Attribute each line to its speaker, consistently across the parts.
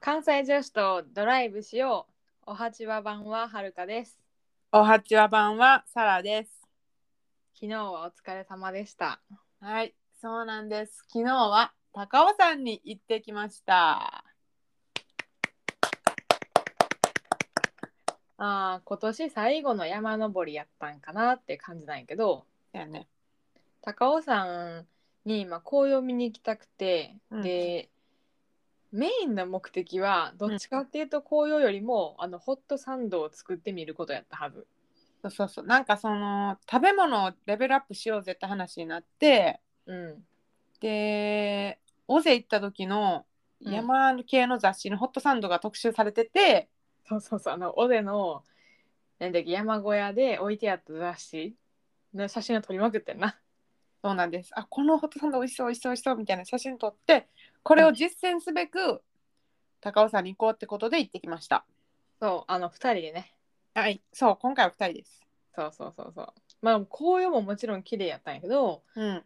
Speaker 1: 関西女子とドライブしよう。おはちわ版ははるかです。
Speaker 2: おはちわ版はサラです。
Speaker 1: 昨日はお疲れ様でした。
Speaker 2: はい、そうなんです。昨日は高尾山に行ってきました。
Speaker 1: ああ、今年最後の山登りやったんかなって感じなんやけど、
Speaker 2: だよね。
Speaker 1: 高尾山に今紅葉見に行きたくて、
Speaker 2: うん
Speaker 1: で、メインの目的はどっちかっていうと紅葉よりも、あのホットサンドを作ってみることやったはず。
Speaker 2: そうそうそう。なんかその食べ物をレベルアップしようぜって話になって、
Speaker 1: うん。
Speaker 2: で、尾瀬行った時の
Speaker 1: うん
Speaker 2: 山系の雑誌のホットサンドが特集されてて、
Speaker 1: そうそうそう、あの、尾瀬の、なんだっけ、山小屋で置いてあった雑誌の写真を撮りまくってんな。
Speaker 2: そうなんです。あ、このホットサンド美味しそう美味しそう美味しそうみたいな写真撮って、これを実践すべく高尾山に行こうってことで行ってきました。
Speaker 1: そう、あの、二人でね。
Speaker 2: はい、そう、今回は二人です。
Speaker 1: そうそうそうそう。まあ、紅葉ももちろん綺麗やったんやけど、
Speaker 2: うん。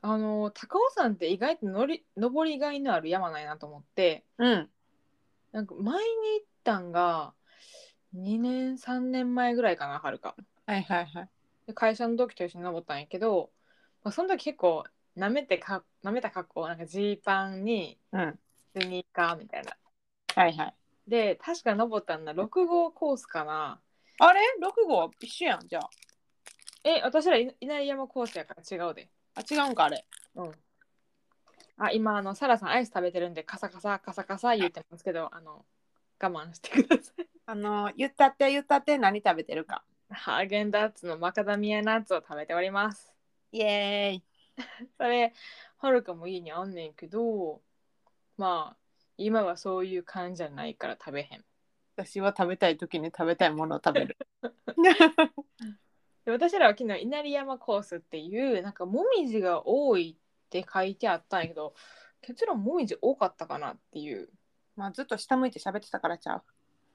Speaker 1: あの、高尾山って意外とのり登りがいのある山なんやなと思って、
Speaker 2: うん。
Speaker 1: なんか前に行ったんが、2年、3年前ぐらいかな、はるか。
Speaker 2: はいはいはい。
Speaker 1: で会社の時と一緒に登ったんやけど、まあ、その時結構、なめてか、なめた格好、なんかジーパンに
Speaker 2: うん。
Speaker 1: スニーカーみたいな。
Speaker 2: はいはい。
Speaker 1: で確か登ったんだ6号コースかな
Speaker 2: あれ ?6 号は一緒やん、じゃあ。
Speaker 1: え私らい稲荷山コースやから違うで
Speaker 2: あ、違うんか、あれ。
Speaker 1: うんあ今あのサラさんアイス食べてるんでカサカサカサカサ言ってますけどあの我慢してください
Speaker 2: あのー、言ったって言ったって何食べてるか。
Speaker 1: ハーゲンダッツのマカダミアナッツを食べております
Speaker 2: イエーイ。
Speaker 1: それはるかも家にあんねんけどまあ今はそういう感じじゃないから食べへん
Speaker 2: 私は食べたい時に食べたいものを食 べる。
Speaker 1: で私らは昨日稲荷山コースっていうなんかもみじが多いって書いてあったんやけど結論もみじ多かったかなっていう
Speaker 2: まあ、ずっと下向いて喋ってたからちゃう。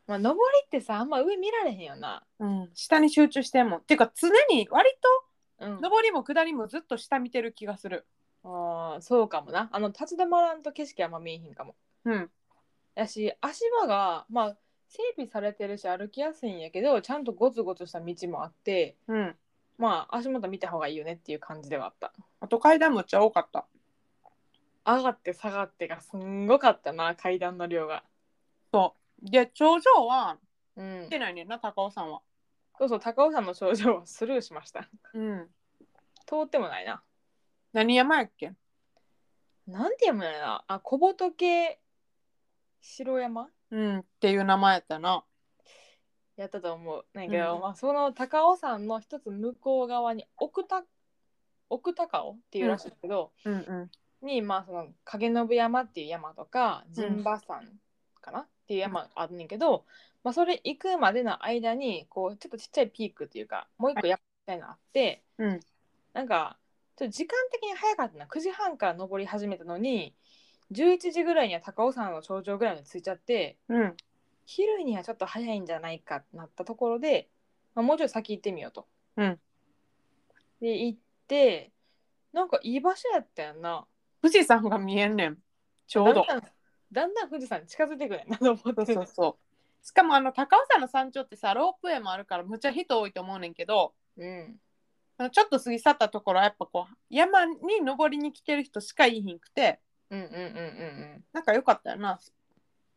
Speaker 1: まあ登りってさあんま上見られへんよな
Speaker 2: うん。下に集中してんもん。ていうか、常に割
Speaker 1: うん
Speaker 2: と、上りも下りもずっと下見てる気がする。
Speaker 1: あーそうかもなあの立ち止まらんと景色あんま見えへんかも
Speaker 2: うん。
Speaker 1: やし足場がまあ整備されてるし歩きやすいんやけどちゃんとゴツゴツした道もあって
Speaker 2: うん。
Speaker 1: まあ足元見た方がいいよねっていう感じではあった
Speaker 2: あと階段むっちゃ多かった。
Speaker 1: 上がって下がってがすんごかったな階段の量が
Speaker 2: そう。で、頂上は、
Speaker 1: うん
Speaker 2: 来てないねんな、高尾山は。
Speaker 1: そうそう高尾山の症状をスルーしました
Speaker 2: うん。
Speaker 1: 通ってもないな。
Speaker 2: 何山やっけ
Speaker 1: なんて読むんやろな。あ、小仏白山
Speaker 2: うん。っていう名前やったな。
Speaker 1: やったと思う。なんやけど、
Speaker 2: うん
Speaker 1: まあ、その高尾山の一つ向こう側に奥た奥高尾っていうらしいけど、
Speaker 2: うんうん。
Speaker 1: に、まあ、その影信山っていう山とか陣馬山かな、っていう山があるんやけど、まあ、それ行くまでの間にこうちょっとちっちゃいピークっていうかもう一個山みたいなのあって、
Speaker 2: うん
Speaker 1: なんかちょっと時間的に早かったな9時半から登り始めたのに11時ぐらいには高尾山の頂上ぐらいまで着いちゃって
Speaker 2: うん。
Speaker 1: 昼にはちょっと早いんじゃないかってなったところで、まあ、もうちょっと先行ってみようと。
Speaker 2: うん
Speaker 1: で行ってなんかいい場所やったよな。
Speaker 2: 富士山が見えんねんちょうど
Speaker 1: だんだんだんだん富士山に近づいてくるねんなと思
Speaker 2: そう
Speaker 1: って
Speaker 2: そうそうしかもあの高尾山の山頂ってさロープウェイもあるからむっちゃ人多いと思うねんけど
Speaker 1: うん
Speaker 2: あのちょっと過ぎ去ったところはやっぱこう山に登りに来てる人しかいいひんくて
Speaker 1: うんうんうんうんうん
Speaker 2: なんか良かったよな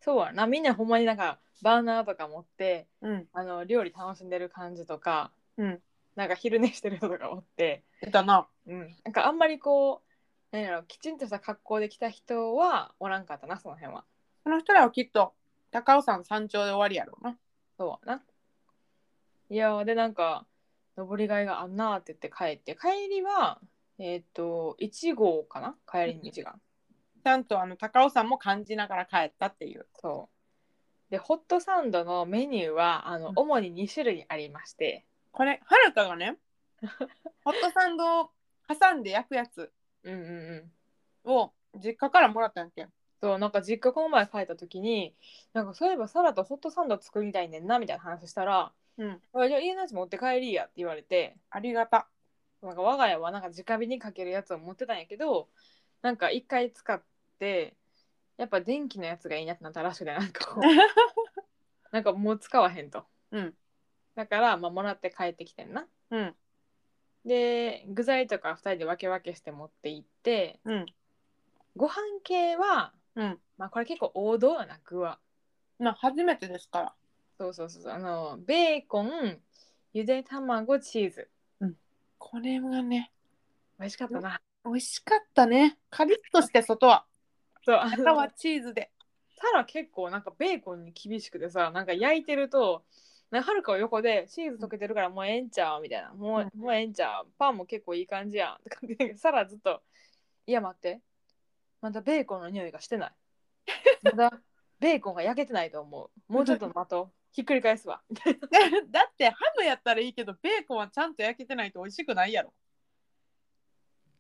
Speaker 1: そうやなみんなほんまになんかバーナーとか持って
Speaker 2: うん
Speaker 1: あの料理楽しんでる感じとか
Speaker 2: うん
Speaker 1: なんか昼寝してる人とかおって、
Speaker 2: 出たな
Speaker 1: うん、なんかあんまりこうなんやろきちんとした格好で来た人はおらんかったなその辺は
Speaker 2: その人らはきっと高尾山山頂で終わりやろうな
Speaker 1: そうやないやーでなんか登りがいがあんなーって言って帰って帰りはえっ、と1号かな帰りの道が、
Speaker 2: ちゃんとあの高尾山も感じながら帰ったっていう
Speaker 1: そうでホットサンドのメニューはあの
Speaker 2: うん
Speaker 1: 主に2種類ありまして
Speaker 2: これはるかがねホットサンドを挟んで焼くやつ
Speaker 1: うんうんうん
Speaker 2: を実家からもらったんやっけ
Speaker 1: そうなんか実家この前帰った時になんかそういえばサラとホットサンド作りたいねんなみたいな話したら
Speaker 2: うん
Speaker 1: 「あじゃあ家のやつ持って帰りや」って言われて
Speaker 2: ありがた
Speaker 1: なんか我が家はなんか直火にかけるやつを持ってたんやけどなんか一回使ってやっぱ電気のやつがいいなってなったらしくてなんかこうなんかもう使わへんと
Speaker 2: うん
Speaker 1: だから、まあ、もらって帰ってきてんな
Speaker 2: うん
Speaker 1: で具材とか2人で分け分けして持って行って
Speaker 2: うん
Speaker 1: ご飯系は、
Speaker 2: うん
Speaker 1: まあ、これ結構王道やな具は
Speaker 2: まあ初めてですから
Speaker 1: そうそうそうそうあのベーコンゆで卵チーズ
Speaker 2: これがね
Speaker 1: 美味しかったな
Speaker 2: 美味しかったねカリッとして外は
Speaker 1: そうあ
Speaker 2: 中
Speaker 1: の
Speaker 2: はチーズで
Speaker 1: タラ結構なんかベーコンに厳しくてさなんか焼いてるとなんかはるかは横でチーズ溶けてるからもうええんちゃうみたいなもう,、もうええんちゃうパンも結構いい感じやん とか言ってサラずっと「いや待ってまだベーコンの匂いがしてないまだベーコンが焼けてないと思うもうちょっと待とうひっくり返すわ」
Speaker 2: だってハムやったらいいけどベーコンはちゃんと焼けてないと美味しくないやろ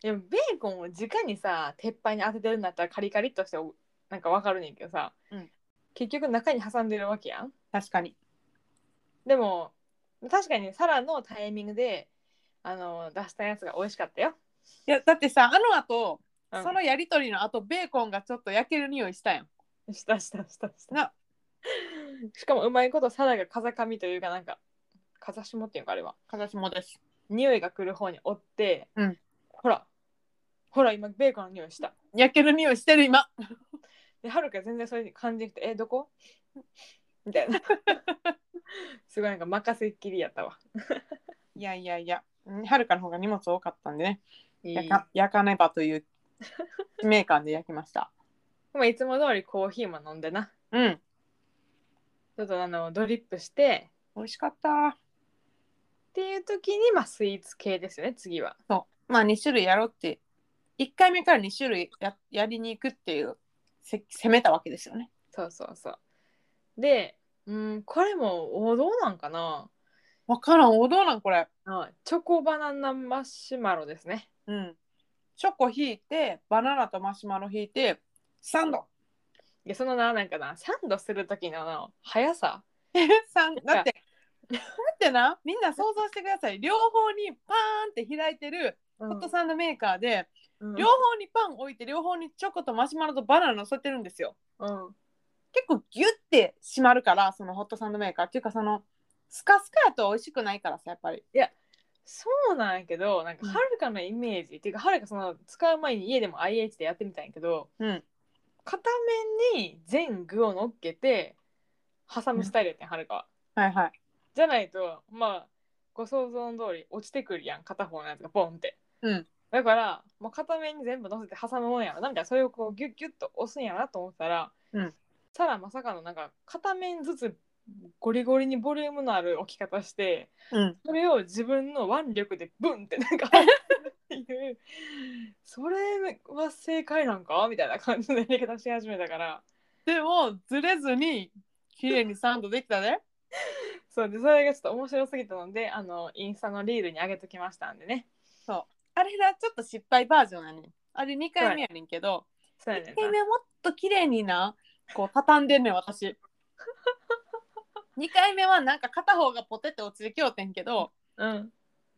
Speaker 1: でもベーコンを直にさ鉄板に当ててるんだったらカリカリっとしておなんかわかるねんけどさ、
Speaker 2: うん
Speaker 1: 結局中に挟んでるわけやん
Speaker 2: 確かに
Speaker 1: でも確かにサラのタイミングであの出したやつが美味しかったよ、
Speaker 2: いやだってさあの後、
Speaker 1: うん
Speaker 2: そのやりとりの後ベーコンがちょっと焼ける匂いしたやん
Speaker 1: したしたしたした
Speaker 2: な
Speaker 1: しかもうまいことサラが風上というかなんか風下っていうかあれは
Speaker 2: 風下です
Speaker 1: 匂いが来る方に追って、
Speaker 2: うん
Speaker 1: ほらほら今ベーコンの匂いした
Speaker 2: 焼ける匂いしてる今
Speaker 1: ではるか全然それに感じなくてえどこみたい なすごいなんか任せっきりやったわ
Speaker 2: いやいやいやうんはるかの方が荷物多かったんでね
Speaker 1: いい
Speaker 2: 焼か焼かねばという使命感で焼きました
Speaker 1: まあいつも通りコーヒーも飲んでな
Speaker 2: うん
Speaker 1: ちょっとあのドリップして
Speaker 2: 美味しかった
Speaker 1: っていう時にまあスイーツ系ですよね次は
Speaker 2: そうまあ2種類やろうって1回目から2種類ややりに行くっていうせ攻めたわけですよね
Speaker 1: そうそうそうでうんこれも王道なんかな
Speaker 2: わからん王道なんこれ
Speaker 1: あチョコバナナマシュマロですね
Speaker 2: うんチョコ引いてバナナとマシュマロ引いてサンド
Speaker 1: いやそのななんかなサンドする時のな速さ
Speaker 2: サン だってだってなみんな想像してください両方にパーンって開いてる
Speaker 1: ホ
Speaker 2: ホットサンドメーカーで、
Speaker 1: うん
Speaker 2: 両方にパン置いて両方にチョコとマシュマロとバナナ乗せてるんですよ
Speaker 1: うん
Speaker 2: 結構ギュッて締まるからそのホットサンドメーカーっていうかそのスカスカやと美味しくないからさやっぱり
Speaker 1: そうなんやけどなんか
Speaker 2: うん
Speaker 1: はるかのイメージ、っていうかはるかその使う前に家でも IH でやってみたんやけど
Speaker 2: うん
Speaker 1: 片面に全具を乗っけて挟むスタイルやってんはるかは。
Speaker 2: はいはい
Speaker 1: じゃないとまあご想像の通り落ちてくるやん片方のやつがボンって。
Speaker 2: うん
Speaker 1: だからもう片面に全部乗せて挟むもんやろなんかそれをこうギュッギュッと押すんやなと思ったら、
Speaker 2: うん
Speaker 1: さらまさかのなんか片面ずつゴリゴリにボリュームのある置き方して
Speaker 2: うん
Speaker 1: それを自分の腕力でブンってなんか っていうそれは正解なんかみたいな感じのやり方し始めたから
Speaker 2: でもずれずに綺麗にサンドできたね
Speaker 1: そうでそれがちょっと面白すぎたのであのインスタのリールに上げときましたんでね
Speaker 2: あれなちょっと失敗バージョンやねんあれ2回目やねんけど、
Speaker 1: そうや
Speaker 2: 一
Speaker 1: ねん
Speaker 2: 回
Speaker 1: な
Speaker 2: 目もっと綺麗になこう畳んでんねん私2回目はなんか片方がポテって落ちてきようてんけど
Speaker 1: うん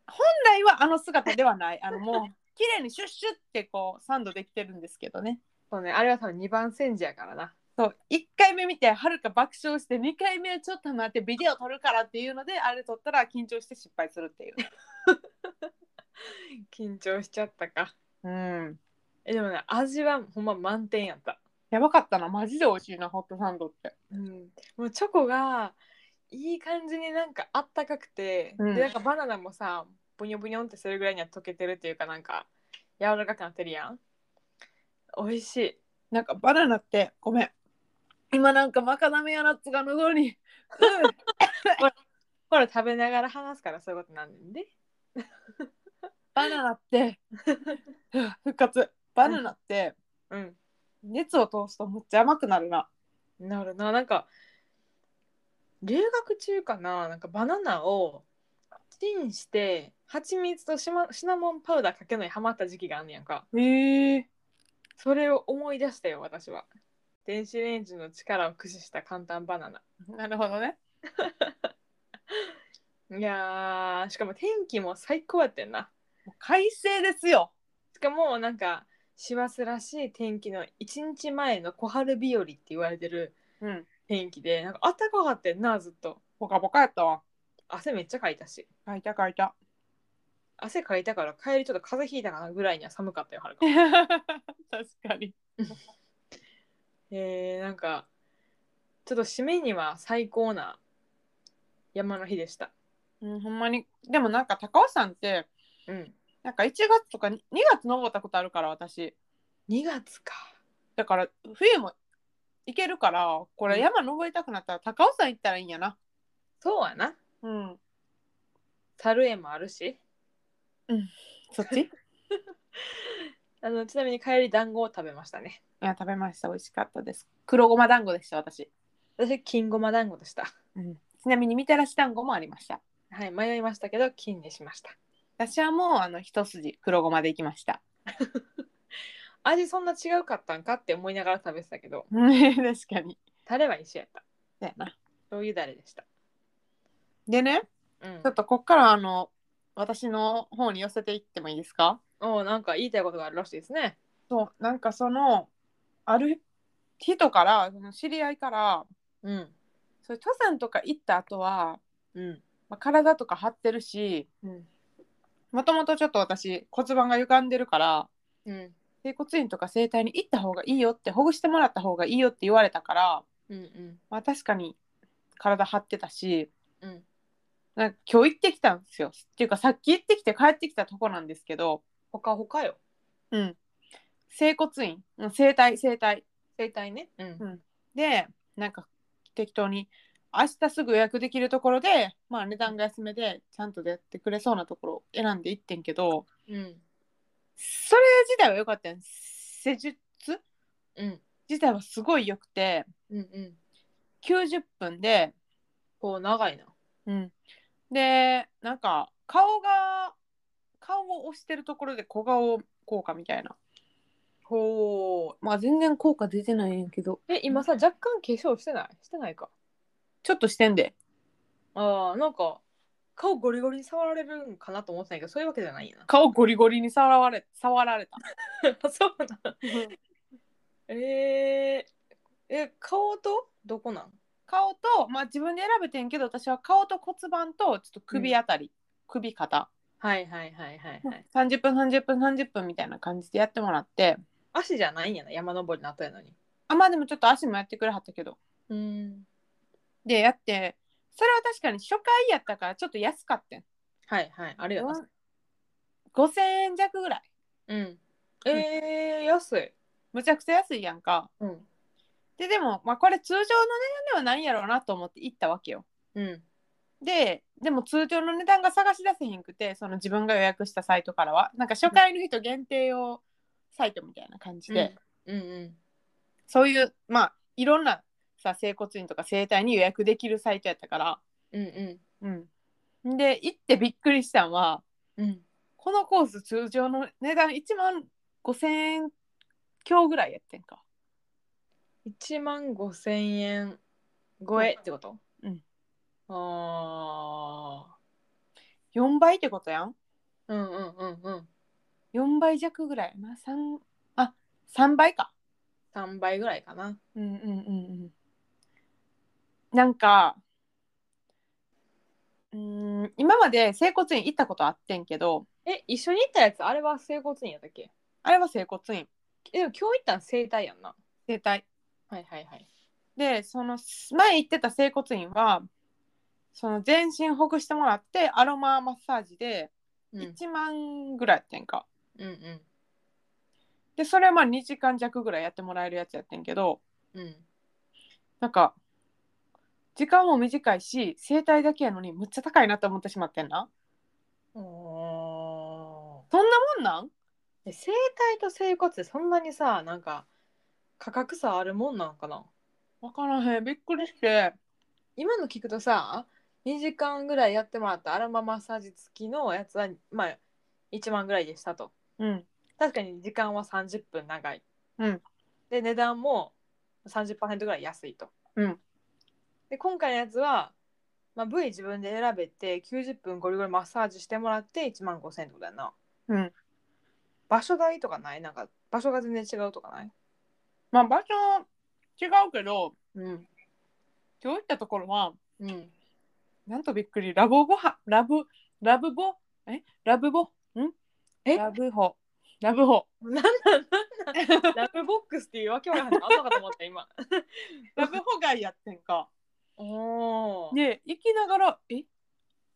Speaker 2: 本来はあの姿ではないあのもう綺麗にシュッシュッってこうサンドできてるんですけどね
Speaker 1: そうねあれは多分2番煎じやからな
Speaker 2: そう1回目見てはるか爆笑して2回目はちょっと待ってビデオ撮るからっていうのであれ撮ったら緊張して失敗するっていう
Speaker 1: 緊張しちゃったか
Speaker 2: うん
Speaker 1: えでもね味はほんま満点やった、
Speaker 2: やばかったなマジで美味しいなホットサンドって
Speaker 1: うん、もうチョコがいい感じになんかあったかくて、
Speaker 2: うん
Speaker 1: でなんかバナナもさブニョブニョンってするぐらいには溶けてるっていうかなんか柔らかくなってるやん美味しい
Speaker 2: なんかバナナってごめん今なんかマカダミアナッツが喉にうん
Speaker 1: ほら食べながら話すからそういうことなんでね
Speaker 2: バナナって復活バナナって
Speaker 1: うん
Speaker 2: 熱を通すとむっちゃ甘くなるな
Speaker 1: なるななんか留学中かななんかバナナをチンして蜂蜜とシマシナモンパウダーかけるのにハマった時期があんねやんか
Speaker 2: へえ
Speaker 1: それを思い出したよ私は電子レンジの力を駆使した簡単バナナ
Speaker 2: なるほどね
Speaker 1: いやーしかも天気も最高やってんな
Speaker 2: もう快晴ですよ
Speaker 1: しかもなんか師走らしい天気の1日前の小春日和って言われてる
Speaker 2: うん。
Speaker 1: 天気でなんかあったかかってんなずっと
Speaker 2: ポカポカやったわ。
Speaker 1: 汗めっちゃかいたし
Speaker 2: 書いた書いた。
Speaker 1: 汗かいたから帰りちょっと風邪ひいたかなぐらいには寒かったよはる か
Speaker 2: 確かに。
Speaker 1: えー、なんかちょっと締めには最高な山の日でした
Speaker 2: うん、ほんまに。でもなんか高尾山って、
Speaker 1: うん
Speaker 2: なんか1月とか2月登ったことあるから私。
Speaker 1: 2月か
Speaker 2: だから冬も行けるから、こ
Speaker 1: う
Speaker 2: れ
Speaker 1: ん
Speaker 2: 山登りたくなったら高尾山行ったらいいんやな。
Speaker 1: そうやな
Speaker 2: うん。
Speaker 1: 猿園もあるし
Speaker 2: そっちい
Speaker 1: あのちなみに帰り団子を食べましたね
Speaker 2: や、食べました。美味しかったです。黒ごま団子でした、私。
Speaker 1: 私金ごま団子でした
Speaker 2: うん、ちなみにみたらし団子もありました。
Speaker 1: はい迷いましたけど金にしました
Speaker 2: 私はもうあの一筋黒ごまで行きました。
Speaker 1: 味そんな違うかったんかって思いながら食べてたけど
Speaker 2: 確かに。
Speaker 1: タレは一緒やった
Speaker 2: そうやな。
Speaker 1: 醤油だれでした
Speaker 2: でね、
Speaker 1: うん
Speaker 2: ちょっとこっからあの私の方に寄せていってもいいですか
Speaker 1: おーなんか言いたいことがあるらしいですね
Speaker 2: そう、なんかそのある人から、その知り合いから、
Speaker 1: うん
Speaker 2: そういう登山とか行った後は、
Speaker 1: うん
Speaker 2: まあ、体とか張ってるし、
Speaker 1: うん
Speaker 2: もともとちょっと私骨盤が歪んでるから、
Speaker 1: うん
Speaker 2: 整骨院とか整体に行った方がいいよって、ほぐしてもらった方がいいよって言われたから、
Speaker 1: うん
Speaker 2: まあ、確かに体張ってたし
Speaker 1: うん
Speaker 2: なんか今日行ってきたんですよっていうかさっき行ってきて帰ってきたとこなんですけど、
Speaker 1: ほかほかよ
Speaker 2: うん、整骨院うん整体整体
Speaker 1: 生体ねうん
Speaker 2: でなんか適当に明日すぐ予約できるところで、まあ、値段が安めでちゃんとやってくれそうなところを選んで行ってんけど
Speaker 1: うん
Speaker 2: それ自体は良かったん施術
Speaker 1: うん
Speaker 2: 自体はすごい良くて
Speaker 1: うんうん
Speaker 2: 90分で
Speaker 1: こう長いな
Speaker 2: うん、でなんか顔が顔を押してるところで小顔効果みたいな
Speaker 1: ほ
Speaker 2: まあ全然効果出てないんやけど
Speaker 1: うえ今さ若干化粧してないしてないか
Speaker 2: ちょっとしてんで
Speaker 1: あーなんか顔ゴリゴリに触られるんかなと思ってたんやけどそういうわけじゃないんやな
Speaker 2: 顔ゴリゴリに触られ触られ た
Speaker 1: そうなん えー、え顔とどこなん
Speaker 2: 顔とまあ自分で選べてんけど私は顔と骨盤とちょっと首あたり、首肩
Speaker 1: はいはいはいはいはい。
Speaker 2: 30分30分30分みたいな感じでやってもらって
Speaker 1: 足じゃないんやな、山登りの後やのに。
Speaker 2: あまあでもちょっと足もやってくれはったけど
Speaker 1: うん。
Speaker 2: でやってそれは確かに初回やったからちょっと安かったん
Speaker 1: はいはい、あるよな。
Speaker 2: 5000円弱ぐらい
Speaker 1: うん。えー、安い。
Speaker 2: むちゃくちゃ安いやんか
Speaker 1: うん。
Speaker 2: ででも、まあ、これ通常の値段ではないんやろうなと思って行ったわけよ
Speaker 1: うん。
Speaker 2: ででも通常の値段が探し出せへんくてその自分が予約したサイトからはなんか初回の人限定用サイトみたいな感じで、
Speaker 1: うんうん。
Speaker 2: そういうまあいろんなさ整骨院とか整体に予約できるサイトやったから
Speaker 1: うんう
Speaker 2: うんで行ってびっくりしたんは
Speaker 1: ん。うん。
Speaker 2: このコース通常の値段1万5000円強ぐらいやってんか
Speaker 1: 1万5千円超えってこと
Speaker 2: うん。
Speaker 1: あ
Speaker 2: 4倍ってことやん
Speaker 1: ー。うんうんうんうん。
Speaker 2: 4倍弱ぐらいまあ3あ3倍か
Speaker 1: 3倍ぐらいかな。
Speaker 2: うんうんうんうんなんかうーん今まで整骨院行ったことあってんけど
Speaker 1: え、一緒に行ったやつ、あれは整骨院やったっけ
Speaker 2: あれは整骨院
Speaker 1: え、でも今日行ったん整体やんな。
Speaker 2: 整体
Speaker 1: はいはいはい。
Speaker 2: でその前行ってた整骨院はその全身ほぐしてもらってアロママッサージで
Speaker 1: うんうん
Speaker 2: 1万ぐらいやってんか、
Speaker 1: うん
Speaker 2: でそれはまあ2時間弱ぐらいやってもらえるやつやってんけど
Speaker 1: うん。
Speaker 2: なんか時間も短いし整体だけやのにむっちゃ高いなと思ってしまってんな
Speaker 1: おー。
Speaker 2: そんなもんなん
Speaker 1: え整体と整骨ってそんなにさなんか価格差あるもんなのかな
Speaker 2: 分からへんびっくりして
Speaker 1: 今の聞くとさ2時間ぐらいやってもらったアロママッサージ付きのやつはまあ1万ぐらいでしたと
Speaker 2: うん
Speaker 1: 確かに時間は30分長い、
Speaker 2: うん、
Speaker 1: で値段も30%ぐらい安いと、
Speaker 2: うん、
Speaker 1: で今回のやつは、まあ、部位自分で選べて90分ゴリゴリマッサージしてもらって1万5000円ってことやな
Speaker 2: うん
Speaker 1: 場所代とかないなんか場所が全然違うとかない
Speaker 2: まあ場所違うけど
Speaker 1: うん。
Speaker 2: 今日行ったところは
Speaker 1: うん。
Speaker 2: なんとびっくりラブボハラブラブボえラブボん
Speaker 1: え
Speaker 2: ラブホラブホ
Speaker 1: なんなんなんなんラブボックスっていうわけわからんのあんのかと思った今。
Speaker 2: ラブホ街やってんか
Speaker 1: おお。
Speaker 2: で行きながらえ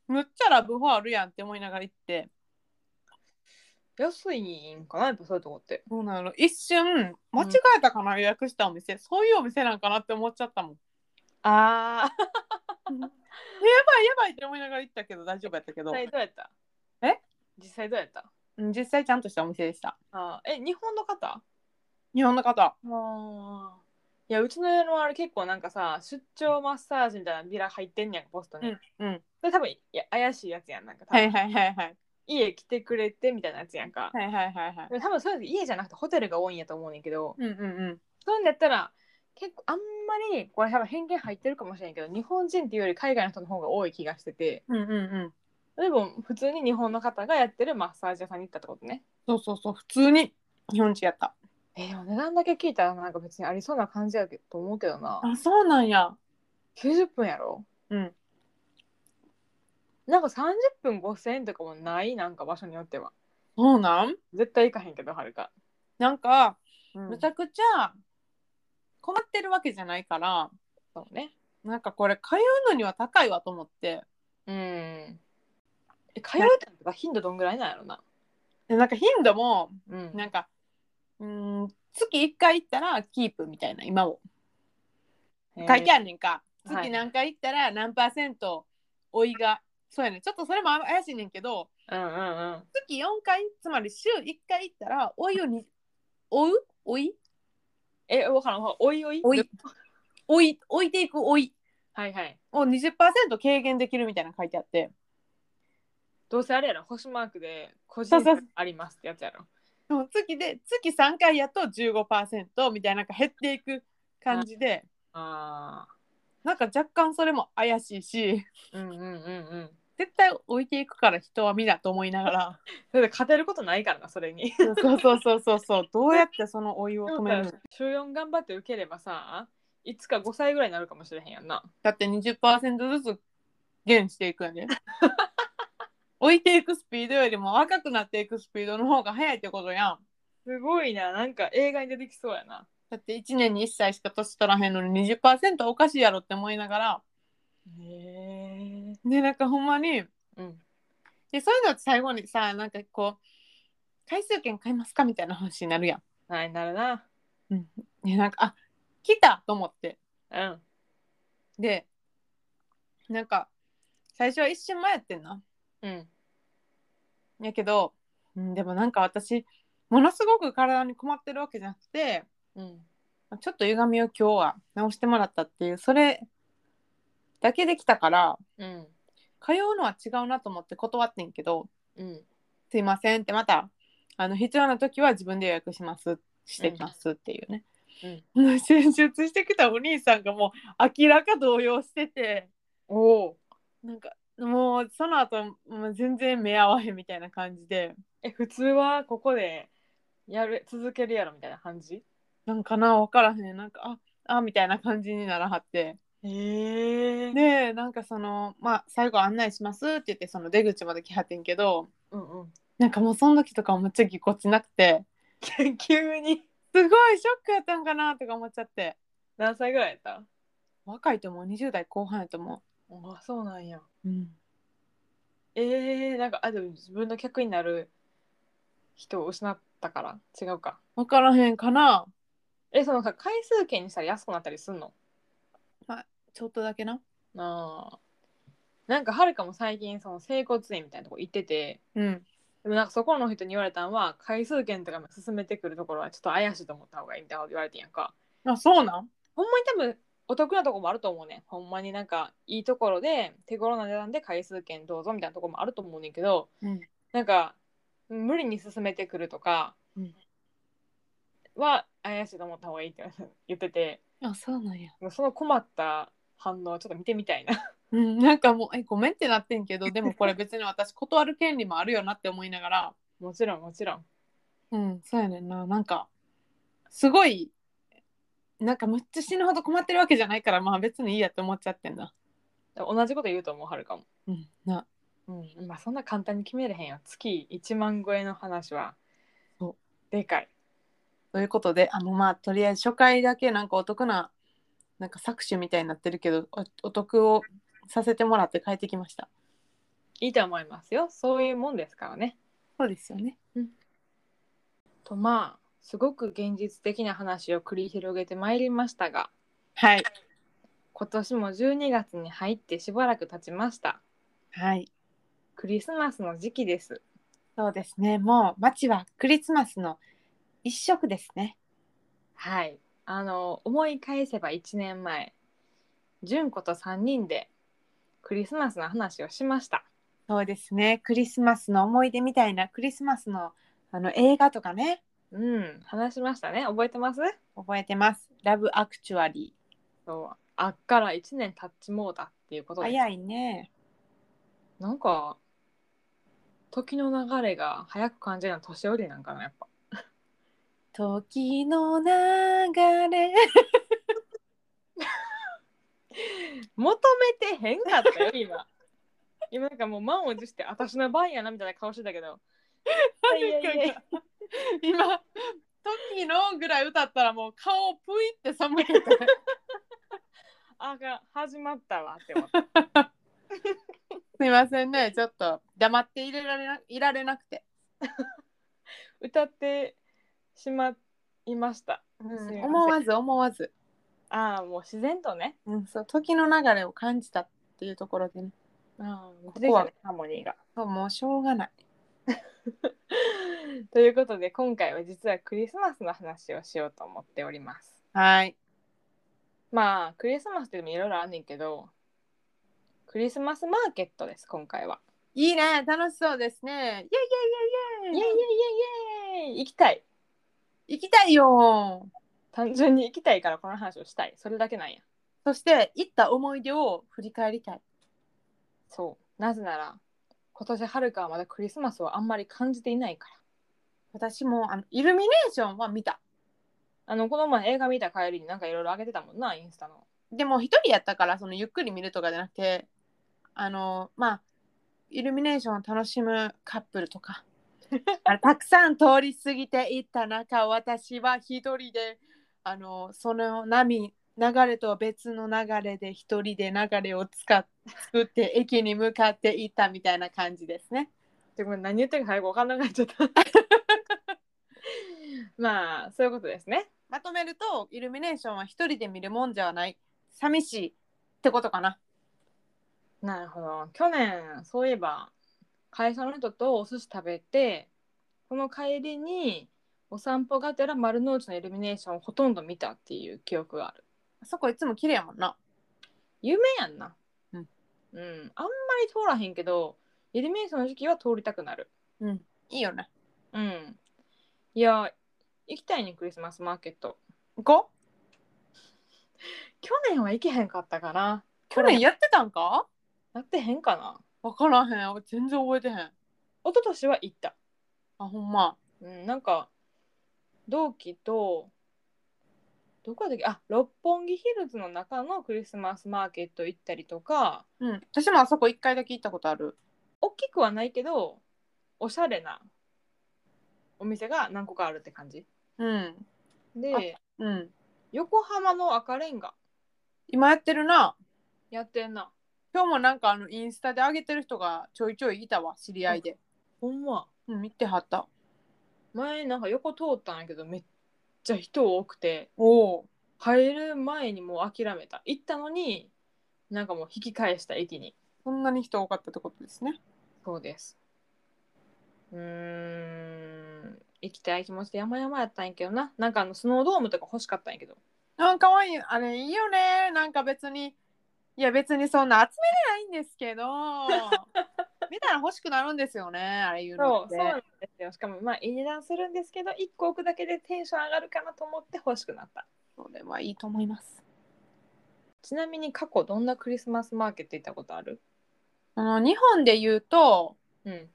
Speaker 2: むっちゃラブホあるやんって思いながら行って
Speaker 1: 安いんかなやっぱそういうとこって。
Speaker 2: どうなの一瞬間違えたかな、予約したお店そういうお店なんかなって思っちゃったもん
Speaker 1: あ
Speaker 2: やばいやばいって思いながら行ったけど大丈夫やったけ
Speaker 1: あ。
Speaker 2: ど
Speaker 1: 実際どうやった
Speaker 2: え
Speaker 1: 実際どうやった
Speaker 2: うん実際ちゃんとしたお店でした
Speaker 1: あーえ、日本の方あ
Speaker 2: 日本の方
Speaker 1: あ。いや、うちの家のあれ結構なんかさ、出張マッサージみたいなビラ入ってんねやんか、ポストに。
Speaker 2: うんうん
Speaker 1: それ多分いや怪しいやつやん。なんか多
Speaker 2: は
Speaker 1: 分、
Speaker 2: いはいはいはい
Speaker 1: 家来てくれてみたいなやつやんか。
Speaker 2: はいはいはいはい
Speaker 1: でも多分そういうの家じゃなくてホテルが多いんやと思うねんけど、
Speaker 2: うんうん
Speaker 1: そういうんだったら結構あんまりこれ多分偏見入ってるかもしれんけど日本人っていうより海外の人の方が多い気がしてて
Speaker 2: うんうんうんうん
Speaker 1: でも普通に日本の方がやってるマッサージ屋さんに行ったってことね
Speaker 2: そうそうそう普通に日本人やった
Speaker 1: えー、でも値段だけ聞いたらなんか別にありそうな感じやけと思うけどな
Speaker 2: あそうなんや
Speaker 1: 90分やろ
Speaker 2: うん
Speaker 1: なんか30分5000円とかもないなんか場所によっては
Speaker 2: そうなん
Speaker 1: 絶対行かへんけどはるか、
Speaker 2: なんか
Speaker 1: うん
Speaker 2: むちゃくちゃ困ってるわけじゃないから
Speaker 1: そうね
Speaker 2: なんかこれ通うのには高いわと思って
Speaker 1: うんえ通うってのとか頻度どんぐらいなんやろな
Speaker 2: でなんか頻度も
Speaker 1: うん
Speaker 2: なんかうん月1回行ったらキープみたいな今も書いてあんねんか、
Speaker 1: えーは
Speaker 2: 月
Speaker 1: い
Speaker 2: 何回行ったら何パーセント追いがそうやねちょっとそれも怪しいねんけど
Speaker 1: うんうんうん
Speaker 2: 月4回つまり週1回行ったら追いをに追う追い
Speaker 1: え、わからん。おいおい。
Speaker 2: おい追い追いていく追い
Speaker 1: はいはい。
Speaker 2: を20%軽減できるみたいなの書いてあって
Speaker 1: どうせあれやろ、星マークで個
Speaker 2: そ
Speaker 1: 人
Speaker 2: うそう
Speaker 1: 差ありますってやつやろ。
Speaker 2: でも月で月3回やと15%みたいななんか減っていく感じで、
Speaker 1: あ
Speaker 2: なんか若干それも怪しいし
Speaker 1: あ。うんうんうんうん。
Speaker 2: 絶対置いていくから人は皆と思いながら
Speaker 1: それで勝てることないからな、それに。
Speaker 2: そうそうそうそうそうどうやってそのお湯を止めるの
Speaker 1: 週4頑張って受ければさ、いつか5歳ぐらいになるかもしれへんやんな。
Speaker 2: だって20%ずつ減していくよね。 置いていくスピードよりも若くなっていくスピードの方が早いってことやん。
Speaker 1: すごいな、なんか映画に出てきそうやな。
Speaker 2: だって1年に1歳しか年取らへんのに20%おかしいやろって思いながら。
Speaker 1: へえ。
Speaker 2: で、なんかほんまに。
Speaker 1: うん。
Speaker 2: で、そういうのって最後にさ、なんかこう、回数券買いますかみたいな話になるや
Speaker 1: はい、なるな。
Speaker 2: ん。で、なんか、あ来たと思って。
Speaker 1: うん。
Speaker 2: で、なんか、最初は一瞬迷ってんな。
Speaker 1: うん。
Speaker 2: やけど、うん、でもなんか私ものすごく体に困ってるわけじゃなくて
Speaker 1: うん。
Speaker 2: ちょっと歪みを今日は直してもらったっていうそれだけできたから
Speaker 1: うん。
Speaker 2: 通うのは違うなと思って断ってんけど
Speaker 1: うん。
Speaker 2: 「すいません」ってまたあの必要な時は自分で予約しますしてきますっていうね。 進出してきたお兄さんがもう明らか動揺してて
Speaker 1: おお。
Speaker 2: なんかもうその後もう全然目合わへんみたいな感じで
Speaker 1: え、普通はここでやる、続けるやろみたいな感じ
Speaker 2: なんかな分からへんなんかああみたいな感じにならはって
Speaker 1: へえ。
Speaker 2: でなんかそのまあ最後案内しますって言ってその出口まで来はってんけど
Speaker 1: うんうん。
Speaker 2: なんかもうその時とかめっちゃぎこちなくて
Speaker 1: 急に
Speaker 2: すごいショックやったんかなとか思っちゃって
Speaker 1: 何歳ぐらいやった
Speaker 2: 若いと思う20代後半やと思
Speaker 1: あそうなんや
Speaker 2: う、うん、
Speaker 1: えー、なんかあでも自分の客になる人を失ったから違うか
Speaker 2: 分からへんかな
Speaker 1: えそのさ回数券にしたら安くなったりすんの
Speaker 2: ちょっとだけな
Speaker 1: なあなんかはるかも最近その整骨院みたいなとこ行ってて
Speaker 2: うん
Speaker 1: でもなんかそこの人に言われたんは回数券とかも進めてくるところはちょっと怪しいと思った方がいいみたいなこと言われてんやんか
Speaker 2: あそうなん
Speaker 1: ほんまに多分お得なとこもあると思うねんほんまになんかいいところで手頃な値段で回数券どうぞみたいなとこもあると思うねんけど
Speaker 2: うん
Speaker 1: なんか無理に進めてくるとか
Speaker 2: うん
Speaker 1: は怪しいと思った方がいいって言ってて
Speaker 2: あそうなんや、
Speaker 1: その困った反応をちょっと見てみたいな。
Speaker 2: うん、なんかもうえごめんってなってんけどでもこれ別に私断る権利もあるよなって思いながら
Speaker 1: もちろんもちろん。
Speaker 2: うん、そうやねんな。なんか、すごい、なんかむっちゃ死ぬほど困ってるわけじゃないから、まあ別にいいやって思っちゃってんな。
Speaker 1: 同じこと言うと思うはるかも。
Speaker 2: うん、な、
Speaker 1: うん、まあそんな簡単に決めれへんよ。月1万超えの話は
Speaker 2: そう
Speaker 1: でかい。
Speaker 2: ということで、あのまあとりあえず初回だけなんかお得な、なんか搾取みたいになってるけど、おお得をさせてもらって帰ってきました。
Speaker 1: いいと思いますよ。そういうもんですからね。
Speaker 2: そうですよね。
Speaker 1: とまあすごく現実的な話を繰り広げてまいりましたが
Speaker 2: はい。
Speaker 1: 今年も12月に入ってしばらく経ちました。
Speaker 2: はい。
Speaker 1: クリスマスの時期です。
Speaker 2: そうですね。もう街はクリスマスの一色ですね。
Speaker 1: はい。あの思い返せば1年前純子と3人でクリスマスの話をしました。
Speaker 2: そうですね。クリスマスの思い出みたいなクリスマスのあの映画とかね、
Speaker 1: うん、話しましたね。覚えてます
Speaker 2: 覚えてます。ラブアクチュアリ
Speaker 1: そうあっから1年経ちもうだっていうこ
Speaker 2: ー。
Speaker 1: とです
Speaker 2: 早いね。
Speaker 1: なんか時の流れが早く感じるのは年寄りなんかなやっぱ
Speaker 2: 時の流れ。
Speaker 1: 求めてへんかったよ今 今なんかもう満を持して私の番やなみたいな顔してたけどいやいやいや
Speaker 2: 今、時のぐらい歌ったらもう顔ぷいって寒い から
Speaker 1: あが始まったわって思った
Speaker 2: すいませんね。ちょっと黙っていれられないられなくて。
Speaker 1: 歌ってしまいました、すいません
Speaker 2: 思わず思わず。
Speaker 1: ああもう自然とね
Speaker 2: うん、そう時の流れを感じたっていうところでね。
Speaker 1: ああこ
Speaker 2: こは
Speaker 1: ハーモニーが
Speaker 2: そうもうしょうがない。
Speaker 1: ということで今回は実はクリスマスの話をしようと思っております
Speaker 2: はい。
Speaker 1: まあクリスマスでもいろいろあんねんけどクリスマスマーケットです今回はい
Speaker 2: いね。楽しそうですね。イェイイェイイェイ
Speaker 1: イエ
Speaker 2: イ
Speaker 1: イ
Speaker 2: ェ
Speaker 1: イエイイエイイエ
Speaker 2: イ
Speaker 1: イ行きたい
Speaker 2: 行きたいよ。
Speaker 1: 単純に行きたいからこの話をしたいそれだけなんや
Speaker 2: そして行った思い出を振り返りたい。
Speaker 1: そうなぜなら今年はるかはまだクリスマスをあんまり感じていないから
Speaker 2: 私もあのイルミネーションは見た。
Speaker 1: あのこの前映画見た帰りになんかいろいろあげてたもんなインスタの
Speaker 2: でも一人やったからそのゆっくり見るとかじゃなくて、あのまあイルミネーションを楽しむカップルとか。あのたくさん通り過ぎていった中私は一人であのその波流れとは別の流れで一人で流れを使っ作って駅に向かっていったみたいな感じですね。
Speaker 1: でごめん何言ってるか早く分かんなくなっちゃった まあそういうことですね
Speaker 2: まとめるとイルミネーションは一人で見るもんじゃない寂しいってことかな。
Speaker 1: なるほど去年そういえば会社の人とお寿司食べてその帰りにお散歩がてら丸の内のイルミネーションをほとんど見たっていう記憶がある
Speaker 2: あそこいつも綺麗やもんな。
Speaker 1: 有名やんな
Speaker 2: うん、
Speaker 1: うん、あんまり通らへんけどイルミネーションの時期は通りたくなる
Speaker 2: うん、いいよね。
Speaker 1: うんいや行きたいねクリスマスマーケット
Speaker 2: 行こう
Speaker 1: 去年は行けへんかったかな
Speaker 2: 去年やってたんか
Speaker 1: やってへんかな
Speaker 2: 分からへん全然覚えてへん。あ
Speaker 1: 一昨年は行った
Speaker 2: ほんま。
Speaker 1: うん、なんか同期とどこだっけあ六本木ヒルズの中のクリスマスマーケット行ったりとか
Speaker 2: うん、私もあそこ一回だけ行ったことある。
Speaker 1: 大きくはないけどおしゃれなお店が何個かあるって感じ
Speaker 2: うん。
Speaker 1: で
Speaker 2: うん。
Speaker 1: 横浜の赤レンガ
Speaker 2: 今やってるな。
Speaker 1: やってんな
Speaker 2: 今日もなんかあのインスタで上げてる人がちょいちょいいたわ、知り合いで。
Speaker 1: ほんま
Speaker 2: うん、見てはった。
Speaker 1: 前なんか横通ったんやけどめっちゃ人多くて
Speaker 2: おお。
Speaker 1: 入る前にもう諦めた行ったのになんかもう引き返した駅に
Speaker 2: そんなに人多かったってことですね。
Speaker 1: そうです。うーん、行きたい気持ちで山々やったんやけどな。なんかあのスノードームとか欲しかったんやけど。
Speaker 2: あ、かわいい。あれ、いいよね。なんか別に。いや、別にそんな集めれないんです けど。見たら欲しくなるんですよね。あれ言うの
Speaker 1: そ
Speaker 2: っ
Speaker 1: う、
Speaker 2: て。
Speaker 1: そうなんですよ。しかもまあいい値段するんですけど、1個置くだけでテンション上がるかなと思って欲しくなった。
Speaker 2: それはいいと思います。
Speaker 1: ちなみに過去どんなクリスマスマーケット行ったことある
Speaker 2: あの、日本で言うと。
Speaker 1: うん。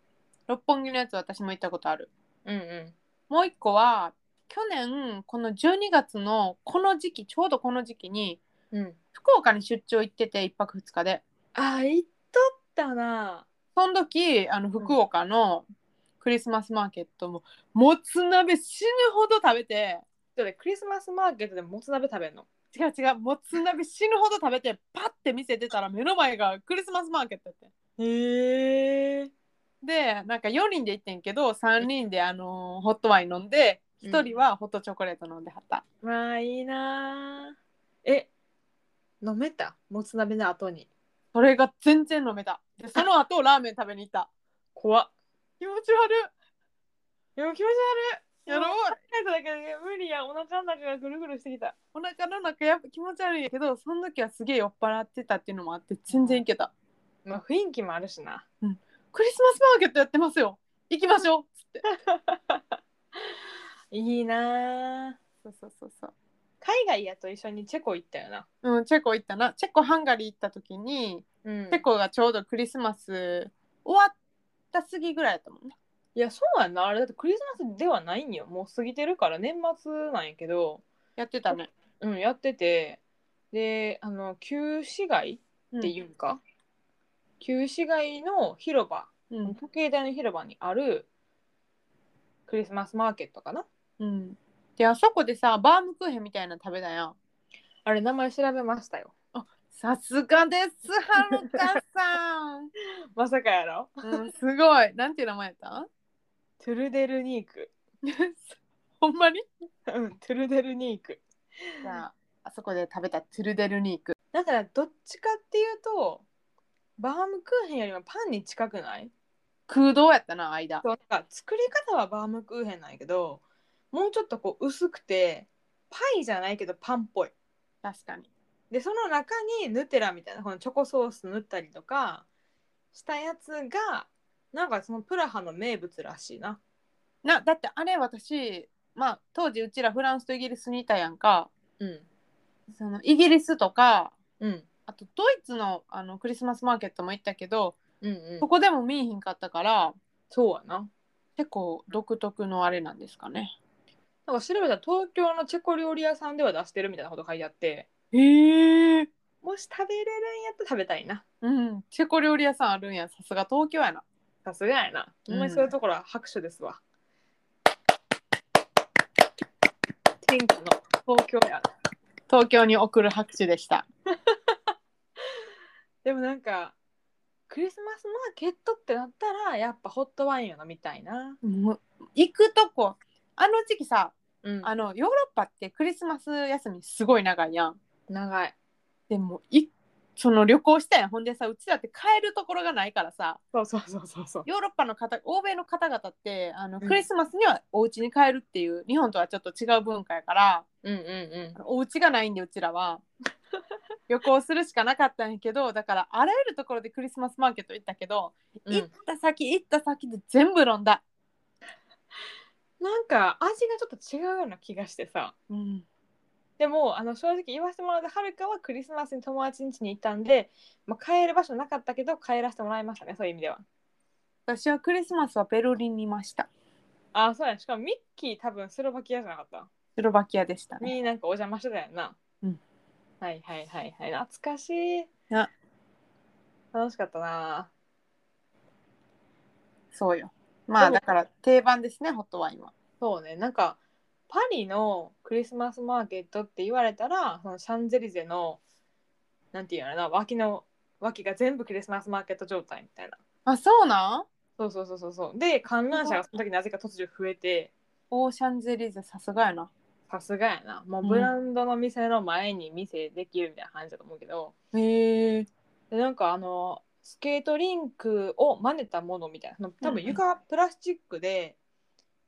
Speaker 2: 六本木のやつ、私も行ったことある。
Speaker 1: うんう
Speaker 2: もう一個は去年この12月のこの時期ちょうどこの時期に
Speaker 1: うん、
Speaker 2: 福岡に出張行ってて1泊2日で
Speaker 1: あー行っとったな
Speaker 2: その時あの福岡のクリスマスマーケットももつ鍋死ぬほど食べて
Speaker 1: それクリスマスマーケットでもつ鍋食べんの
Speaker 2: 違う違うもつ鍋死ぬほど食べてパッて店出たら目の前がクリスマスマーケットやって
Speaker 1: へえ
Speaker 2: でなんか4人で行ってんけど3人であのーホットワイン飲んで
Speaker 1: うん
Speaker 2: 1人はホットチョコレート飲んではった、
Speaker 1: まあいいなえ飲めたもつ鍋の後に
Speaker 2: それが全然飲めたでその後ラーメン食べに行った
Speaker 1: 怖っ
Speaker 2: 気持ち悪
Speaker 1: いや気持ち悪
Speaker 2: いやろ
Speaker 1: いだけで無理やお腹の中がぐるぐるしてきた
Speaker 2: お腹の中やっぱ気持ち悪いんやけどその時はすげえ酔っ払ってたっていうのもあって全然いけた
Speaker 1: まあ雰囲気もあるしな
Speaker 2: クリスマスマーケットやってますよ行きましょうっつって
Speaker 1: いいな
Speaker 2: そうそうそうそう
Speaker 1: 海外やと一緒にチェコ行ったよな
Speaker 2: うん、チェコ行ったなチェコハンガリー行った時に、
Speaker 1: うん
Speaker 2: チェコがちょうどクリスマス終わった過ぎぐらいだったもんね
Speaker 1: いやそうやんなあれだってクリスマスではないんよもう過ぎてるから年末なんやけど
Speaker 2: やってたね
Speaker 1: うんやっててであの旧市街
Speaker 2: っ
Speaker 1: っていうんか、旧市街の広場
Speaker 2: うん、うん
Speaker 1: 時計台の広場にあるクリスマスマーケットかな
Speaker 2: うん、であそこでさバームクーヘンみたいなの食べたやん
Speaker 1: あれ名前調べましたよ
Speaker 2: さすがですはるかさん、
Speaker 1: まさかやろ
Speaker 2: うん、すごいなんていう名前やった
Speaker 1: トゥルデルニーク
Speaker 2: ほんまに
Speaker 1: うんトゥルデルニーク
Speaker 2: じゃああそこで食べたトゥルデルニーク
Speaker 1: だからどっちかっていうとバームクーヘンよりもパンに近くない
Speaker 2: 空洞やったな間
Speaker 1: そうなんか作り方はバームクーヘンなんやけどもうちょっとこう薄くてパイじゃないけどパンっぽい
Speaker 2: 確かに
Speaker 1: でその中にヌテラみたいなこのチョコソース塗ったりとかしたやつがなんかそのプラハの名物らしいな
Speaker 2: なだってあれ私まあ当時うちらフランスとイギリスにいたやんか
Speaker 1: うん
Speaker 2: そのイギリスとか
Speaker 1: うん
Speaker 2: あとドイツのあのクリスマスマーケットも行ったけど
Speaker 1: うんう
Speaker 2: そ
Speaker 1: ん
Speaker 2: こでも見えひんかったから
Speaker 1: そうやな
Speaker 2: 結構独特のあれなんですかね
Speaker 1: なんか調べたら東京のチェコ料理屋さんでは出してるみたいなこと書いてあって
Speaker 2: へえ
Speaker 1: もし食べれるんやったら食べたいな
Speaker 2: うんチェコ料理屋さんあるんやさすが東京やな
Speaker 1: さすがやなほんまにそういうところは拍手ですわ、天気の東京やな
Speaker 2: 東京に送る拍手でした
Speaker 1: でもなんかクリスマスマーケットってなったらやっぱホットワインを飲みたいな、
Speaker 2: もう行くとこあの時期さ
Speaker 1: うん
Speaker 2: あのヨーロッパってクリスマス休みすごい長いやん
Speaker 1: 長い
Speaker 2: でもいその旅行したやんほんでさうちだって帰るところがないからさ
Speaker 1: そうそうそうそうそう
Speaker 2: ヨーロッパの方欧米の方々ってあの
Speaker 1: うん
Speaker 2: クリスマスにはお家に帰るっていう、日本とはちょっと違う文化やから
Speaker 1: うんうんうん
Speaker 2: お家がないんでうち らは旅行するしかなかったんやけどだからあらゆるところでクリスマスマーケット行ったけど、
Speaker 1: うん
Speaker 2: 行った先行った先で全部飲んだ、
Speaker 1: なんか味がちょっと違うような気がしてさ
Speaker 2: うん、
Speaker 1: でもあの正直言わせてもらうとはるかはクリスマスに友達ん家に行ったんで、まあ、帰る場所なかったけど帰らせてもらいましたねそういう意味では
Speaker 2: 私はクリスマスはベルリンにいました
Speaker 1: ああそうやしかもミッキー多分スロバキアじゃなかった
Speaker 2: スロバキアでしたね
Speaker 1: になんかお邪魔してたやんな。
Speaker 2: うん
Speaker 1: はいはいはいはい。懐かしい。
Speaker 2: な
Speaker 1: 楽しかったな。
Speaker 2: そうよま
Speaker 1: で
Speaker 2: あ
Speaker 1: も
Speaker 2: だから定番ですねホットワインは
Speaker 1: そうね。なんかパリのクリスマスマーケットって言われたら、そのシャンゼリゼのなんていうのかな、脇の脇が全部クリスマスマーケット状態みたいな。
Speaker 2: あそうなん
Speaker 1: そうそうそうそうそう。で観覧車がその時なぜか突如増えて、
Speaker 2: オーシャンゼリーゼさすがやな
Speaker 1: さすがやな。もうブランドの店の前に店できるみたいな感じだと思うけど。
Speaker 2: へえ
Speaker 1: でなんかあのスケートリンクを真似たものみたいなその多分
Speaker 2: うん
Speaker 1: 床がプラスチックで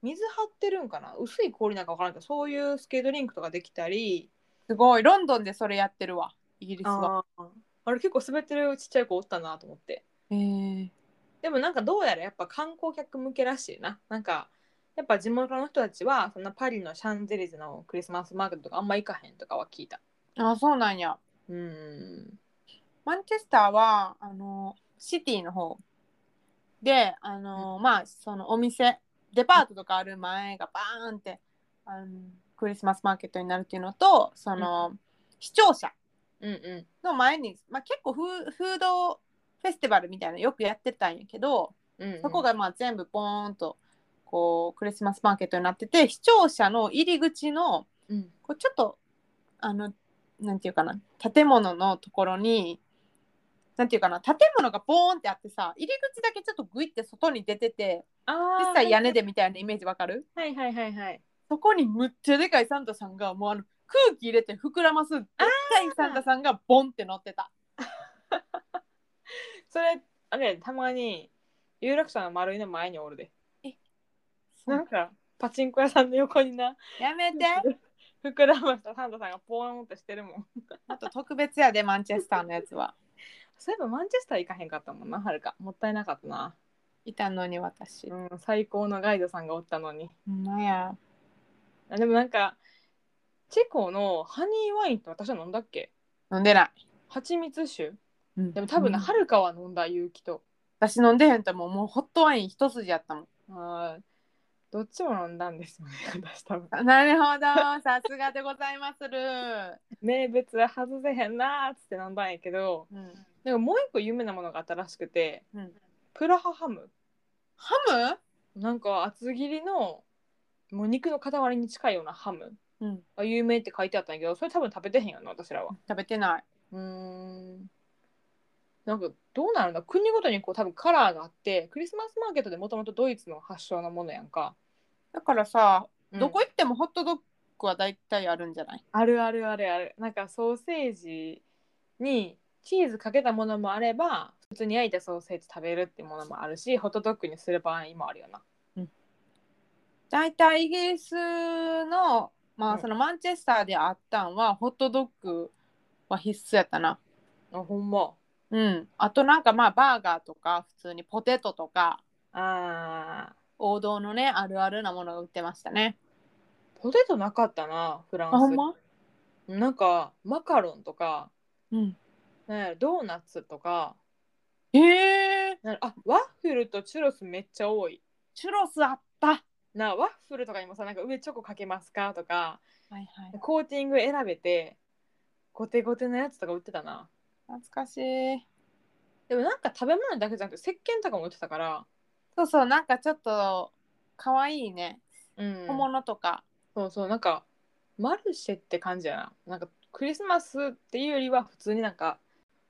Speaker 1: 水張ってるんかな薄い氷なんか分からんけどそういうスケートリンクとかできたり
Speaker 2: すごいロンドンでそれやってるわイギリスは
Speaker 1: あーあれ結構滑ってるちっちゃい子おったなと思って
Speaker 2: へえ
Speaker 1: でもなんかどうやらやっぱ観光客向けらしいななんかやっぱ地元の人たちはそんなパリのシャンゼリゼのクリスマスマーケットとかあんま行かへんとかは聞いた
Speaker 2: あそうなんや
Speaker 1: うん
Speaker 2: マンチェスターはあのシティの方であの、まあそのお店デパートとかある前がバーンってあのクリスマスマーケットになるっていうのとその、視聴者
Speaker 1: うんう
Speaker 2: の前に、まあ、結構フーフードフェスティバルみたいなのよくやってたんやけど、
Speaker 1: んうんうん。
Speaker 2: そこがまあ全部ポーンとこうクリスマスマーケットになってて視聴者の入り口の
Speaker 1: うん。
Speaker 2: こうちょっとあのなんていうかな建物のところになんていうかな建物がポーンってあってさ入り口だけちょっとグイって外に出てて
Speaker 1: あー
Speaker 2: 実際屋根で。みたいなイメージわかる
Speaker 1: はいはいはいはい。
Speaker 2: そこにむっちゃでかいサンタさんがもうあの空気入れて膨らますでっかいサンタさんがボンって乗ってた。
Speaker 1: それ、あれ、たまに、有楽町の丸いの前におるで。なんか、パチンコ屋さんの横にな、
Speaker 2: やめて
Speaker 1: 膨らましたサンタさんがポーンってしてるもん。
Speaker 2: あと特別やでマンチェスターのやつは。
Speaker 1: そういえばマンチェスター行かへんかったもんな、はるか。もったいなかったな。
Speaker 2: いたのに私。
Speaker 1: うん、最高のガイドさんがおったのに。
Speaker 2: なんや
Speaker 1: あでもなんか、チェコのハニーワインって私は飲んだっけ
Speaker 2: 飲んでない。
Speaker 1: 蜂蜜酒で
Speaker 2: で
Speaker 1: も多分な、は
Speaker 2: 春
Speaker 1: るかは飲んだ、ゆうきと。
Speaker 2: 私飲んでへんともうもうホットワイン一筋やったもん。
Speaker 1: はい。どっちも飲んだんですよね、私多分。
Speaker 2: なる ほど、さすがでございまする。
Speaker 1: 名物は外せへんなーっつって飲んだんやけど、
Speaker 2: うん、
Speaker 1: でももう一個有名なものがあったらしくて、
Speaker 2: うん
Speaker 1: プラハハム。
Speaker 2: ハ
Speaker 1: なんか厚切りのもう肉の塊に近いようなハム
Speaker 2: ム、うん、
Speaker 1: が有名って書いてあったんやけど、それ多分食べてへんよな、私らは。
Speaker 2: 食べてない。
Speaker 1: うーん。なんかどうなるんだ国ごとにこう多分カラーがあってクリスマスマーケットでもともとドイツの発祥のものやんか、
Speaker 2: だからさ、
Speaker 1: ど
Speaker 2: ど
Speaker 1: こ
Speaker 2: こ行ってもホットドッグは大体あるんじゃない
Speaker 1: あるあるあるあるなんかソーセージにチーズかけたものもあれば普通に焼いたソーセージ食べるってものもあるしホットドッグにする場合もあるよな
Speaker 2: 大体イギリスの、ま
Speaker 1: う
Speaker 2: あ
Speaker 1: ん
Speaker 2: そのマンチェスターであったんは、ホットドッグは必須やったな。
Speaker 1: あほんま
Speaker 2: うん。あとなんかまあバーガーとか、普通にポテトとか、
Speaker 1: あ
Speaker 2: 王道のね、あるあるなものが売ってましたね。
Speaker 1: ーポテトなかったなフランスなんかマカロンとか
Speaker 2: うん。
Speaker 1: なんやろドーナツとか
Speaker 2: ええー、
Speaker 1: なんやろあワッフルとチュロスめっちゃ多い
Speaker 2: チュロスあった。
Speaker 1: なワッフルとかにもさなんか上チョコかけますかとか
Speaker 2: はいはい。
Speaker 1: コーティング選べてゴテゴテのやつとか売ってたな
Speaker 2: 懐かしい。
Speaker 1: でもなんか食べ物だけじゃなくて石鹸とかも売ってたから、
Speaker 2: そうそう、なんかちょっと可愛いね。
Speaker 1: うん
Speaker 2: 小物とか。
Speaker 1: そうそうなんかマルシェって感じやななんかクリスマスっていうよりは普通になんか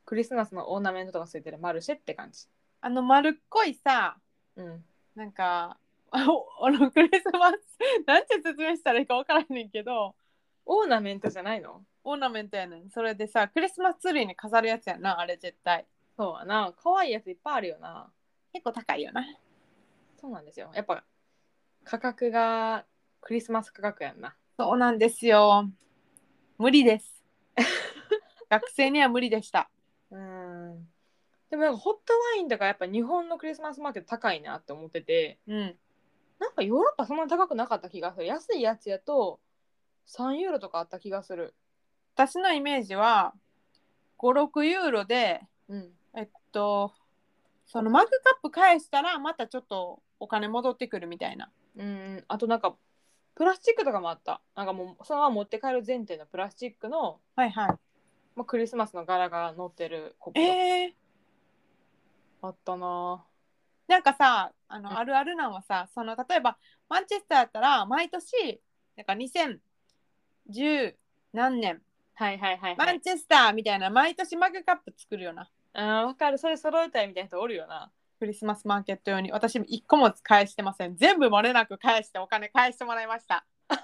Speaker 1: クリスマスのオーナメントとかついてるマルシェって感じ
Speaker 2: あの丸っこいさ、
Speaker 1: うん
Speaker 2: なんか、 あおあのクリスマス、なんて説明したらいいか分からへんねんけど、
Speaker 1: オーナメントじゃないの
Speaker 2: オーナメントやねん。それでさ、クリスマスツリーに飾るやつやな、あれ絶対。
Speaker 1: そうやな可愛いやついっぱいあるよな
Speaker 2: 結構高いよな。
Speaker 1: そうなんですよやっぱ価格がクリスマス価格やんな
Speaker 2: そうなんですよ。無理です。 学生には無理でした。
Speaker 1: うんでもなんかホットワインとかやっぱ日本のクリスマスマーケット高いなって思ってて
Speaker 2: うん。
Speaker 1: なんかヨーロッパそんな高くなかった気がする安いやつやと3ユーロとかあった気がする
Speaker 2: 私のイメージは、5、6ユーロで、
Speaker 1: うん
Speaker 2: えっと、そのマグカップ返したらまたちょっとお金戻ってくるみたいな。
Speaker 1: うんあとなんかプラスチックとかもあったなんかもうそのまま持って帰る前提のプラスチックの、
Speaker 2: はいは
Speaker 1: まあ、クリスマスの柄が載ってるコップ
Speaker 2: えー、
Speaker 1: あったな
Speaker 2: なんかさあの、
Speaker 1: うん
Speaker 2: あるあるなんはさその例えばマンチェスターやったら毎年なんか2010何年
Speaker 1: はいはいはい、
Speaker 2: マ
Speaker 1: は
Speaker 2: ン
Speaker 1: い、
Speaker 2: チェスターみたいな毎年マグカップ作るよな
Speaker 1: あーわかるそれ揃えたいみたいな人おるよな
Speaker 2: クリスマスマーケット用に私1個も返してません全部漏れなく返してお金返してもらいました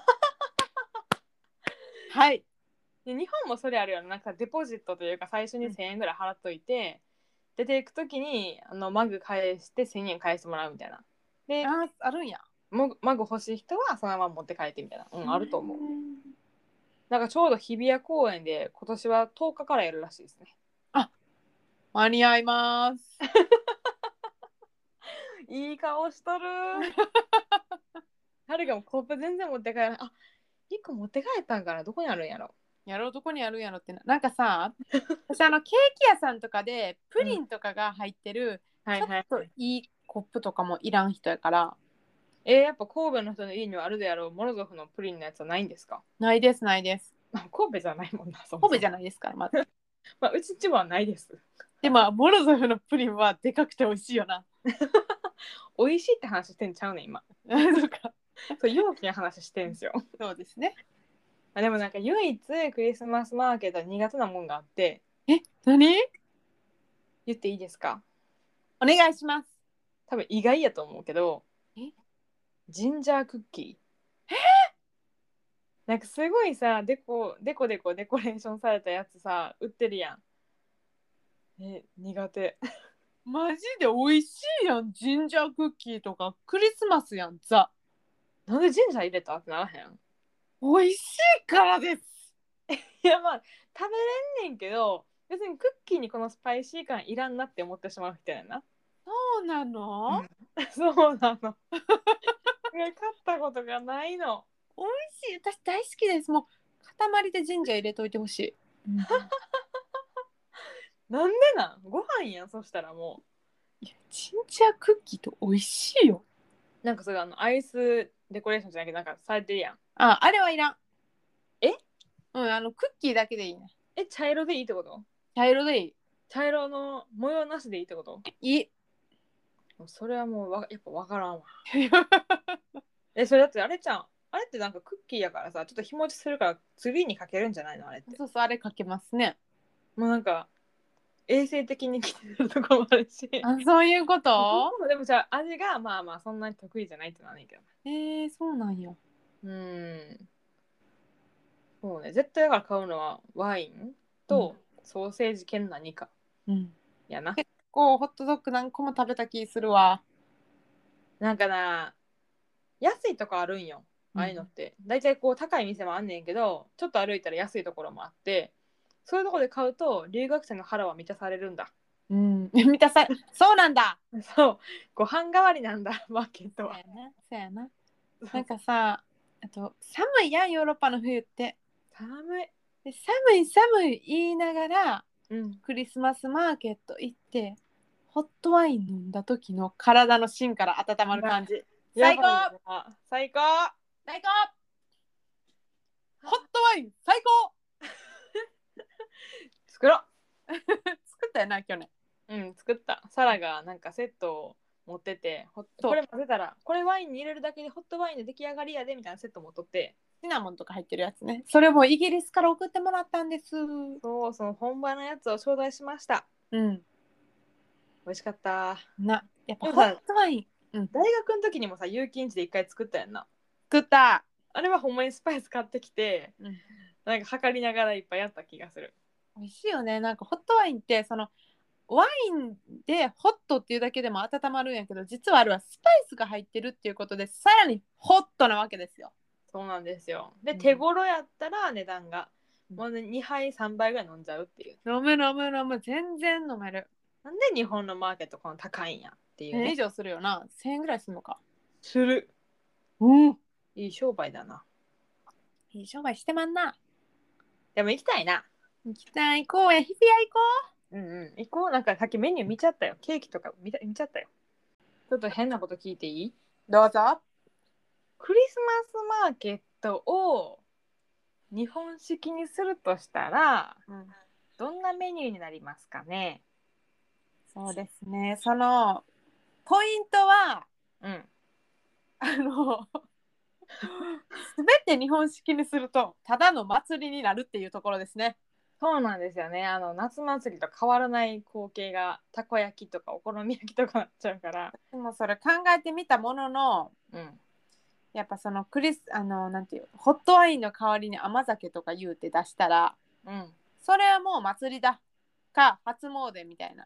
Speaker 2: はい
Speaker 1: で日本もそれあるよななんかデポジットというか最初に
Speaker 2: うん
Speaker 1: 1,000円ぐらい払っといて、出ていく時にあのマグ返して1,000円返してもらうみたいなで
Speaker 2: ああるんや
Speaker 1: マグマグ欲しい人はそのまま持って帰ってみたいな、うん、あると思うなんかちょうど日比谷公園で今年は10日からやるらしいですね
Speaker 2: 間に合います
Speaker 1: いい顔し とるはるかもコップ全然持って帰らないあ一1個持って帰ったんかなどこにあるんやろ
Speaker 2: やろうどこにあるんやろってななんか さ私あのケーキ屋さんとかでプリンとかが入ってる、
Speaker 1: はい
Speaker 2: ちょっといいコップとかもいらん人やから
Speaker 1: えー、やっぱ神戸の人の家にはあるであろうモロゾフのプリンのやつはないんですか
Speaker 2: ないですないです
Speaker 1: 神戸じゃないもんな。
Speaker 2: 神戸じゃ
Speaker 1: ない。
Speaker 2: ないですからまず
Speaker 1: まあ、うちんちはないです。
Speaker 2: でもモロゾフのプリンはでかくて美味しいよな
Speaker 1: 美味しいって話してんちゃうねん今。
Speaker 2: そうか
Speaker 1: そう容器の話してんすよ。
Speaker 2: そうですね
Speaker 1: あでもなんか唯一クリスマスマーケットは苦手なもんがあって
Speaker 2: え何
Speaker 1: 言っていいですか
Speaker 2: お願いします
Speaker 1: 多分意外やと思うけど
Speaker 2: え
Speaker 1: ジンジャークッキー。なんかすごいさデコデコデコデコレーションされたやつさ売ってるやん。え苦手。
Speaker 2: マジで美味しいやんジンジャークッキーとかクリスマスやんザ
Speaker 1: なんでジンジャー入れたってならへん
Speaker 2: 美味しいからです
Speaker 1: いやまあ食べれんねんけど別にクッキーにこのスパイシー感いらんなって思ってしまう人やな
Speaker 2: そうなの、
Speaker 1: そうなの いや買ったことがないの
Speaker 2: 美味しい私大好きですもう塊でジンジャー入れといてほしい、
Speaker 1: なんでなんご飯やんそしたらも
Speaker 2: いやジンジャークッキーと美味しいよ
Speaker 1: うなんかそれあのアイスデコレーションじゃなくてなんかされてるやん
Speaker 2: ああれはいらん
Speaker 1: え
Speaker 2: うんあのクッキーだけでいいね
Speaker 1: え茶色でいいってこと
Speaker 2: 茶色でい
Speaker 1: 茶色の模様なしでいいってこと
Speaker 2: いいい
Speaker 1: それはもうわやっぱ分からんわえそれだってあれちゃんあれってなんかクッキーやからさちょっと日持ちするからツリーにかけるんじゃないのあれって
Speaker 2: そうそうあれかけますね
Speaker 1: もうなんか衛生的に来てるとこもあるし
Speaker 2: あそういうこと
Speaker 1: でもじゃあ味がまあまあそんなに得意じゃないってのはねんけど
Speaker 2: えー、そうなんよ
Speaker 1: うんそうね絶対だから買うのはワインとソーセージ兼何か
Speaker 2: うん
Speaker 1: やな、
Speaker 2: こうホットドッグ何個も食べた気するわ
Speaker 1: なんかな安いとこあるんよああいうのって、大体こう高い店もあんねんけどちょっと歩いたら安いところもあってそういうとこで買うと留学生の腹は満たされるんだ
Speaker 2: うん、 満たさそうなんだ
Speaker 1: そうご飯代わりなんだ マーケット
Speaker 2: そう
Speaker 1: は
Speaker 2: やなそうやななんかさあと寒いやんヨーロッパの冬って
Speaker 1: 寒い
Speaker 2: で寒い寒い言いながら
Speaker 1: うん
Speaker 2: クリスマスマーケット行ってホットワイン飲んだ時の体の芯から温まる感じ最高
Speaker 1: やばいな最高
Speaker 2: 最高ホットワイン最高
Speaker 1: 作ろ
Speaker 2: 作ったよな去年
Speaker 1: ううん作ったサラがなんかセットを持っててホッ
Speaker 2: そう
Speaker 1: これ混ぜたらこれワインに入れるだけでホットワインの出来上がりやでみたいなセット持っとって
Speaker 2: シナモンとか入ってるやつねそれもイギリスから送ってもらったんですう
Speaker 1: そうその本場のやつを招待しました
Speaker 2: ん
Speaker 1: 美味しかった
Speaker 2: なやっぱ
Speaker 1: よ
Speaker 2: ホ
Speaker 1: かった
Speaker 2: ットワイン
Speaker 1: 大学の時にもさ有機インチで一回作ったやんな
Speaker 2: 作った、
Speaker 1: あれはほんまにスパイス買ってきて
Speaker 2: うん、
Speaker 1: なんか測りながらいっぱいやった気がする
Speaker 2: 美味しいよねなんかホットワインってそのワインでホットっていうだけでも温まるんやけど実はあれはスパイスが入ってるっていうことでさらにホットなわけですよ
Speaker 1: そうなんですよで、
Speaker 2: うん
Speaker 1: 手頃やったら値段が
Speaker 2: うん
Speaker 1: もうね2杯3杯ぐらい飲んじゃうっていう
Speaker 2: 飲む飲む飲む全然飲める
Speaker 1: なんで日本のマーケットこの高いんやっていう
Speaker 2: 1000円以
Speaker 1: ね
Speaker 2: 上するよな1000円ぐらいするのか
Speaker 1: する
Speaker 2: うん
Speaker 1: いい商売だない
Speaker 2: い商売してまんな
Speaker 1: でも行きたいな。
Speaker 2: 行きたい公園日比谷行こ
Speaker 1: うんうん。行こう。なんかさっきメニュー見ちゃったよ。ケーキとか見た見ちゃったよ。ちょっと変なこと聞いていいう
Speaker 2: どうぞ
Speaker 1: クリスマスマーケットを日本式にするとしたら、
Speaker 2: うん
Speaker 1: どんなメニューになりますかね
Speaker 2: そうですねそのポイントは
Speaker 1: うん。
Speaker 2: あ の全て日本式にするとただの祭りになるっていうところですね
Speaker 1: そうなんですよね。あの、夏祭りと変わらない光景が、たこ焼きとかお好み焼きとかなっちゃうから。
Speaker 2: でもそれ考えてみたものの
Speaker 1: うん。
Speaker 2: やっぱそのクリスあのなんていうホットワインの代わりに甘酒とか言うて出したら
Speaker 1: うん。
Speaker 2: それはもう祭りだか初詣みたいな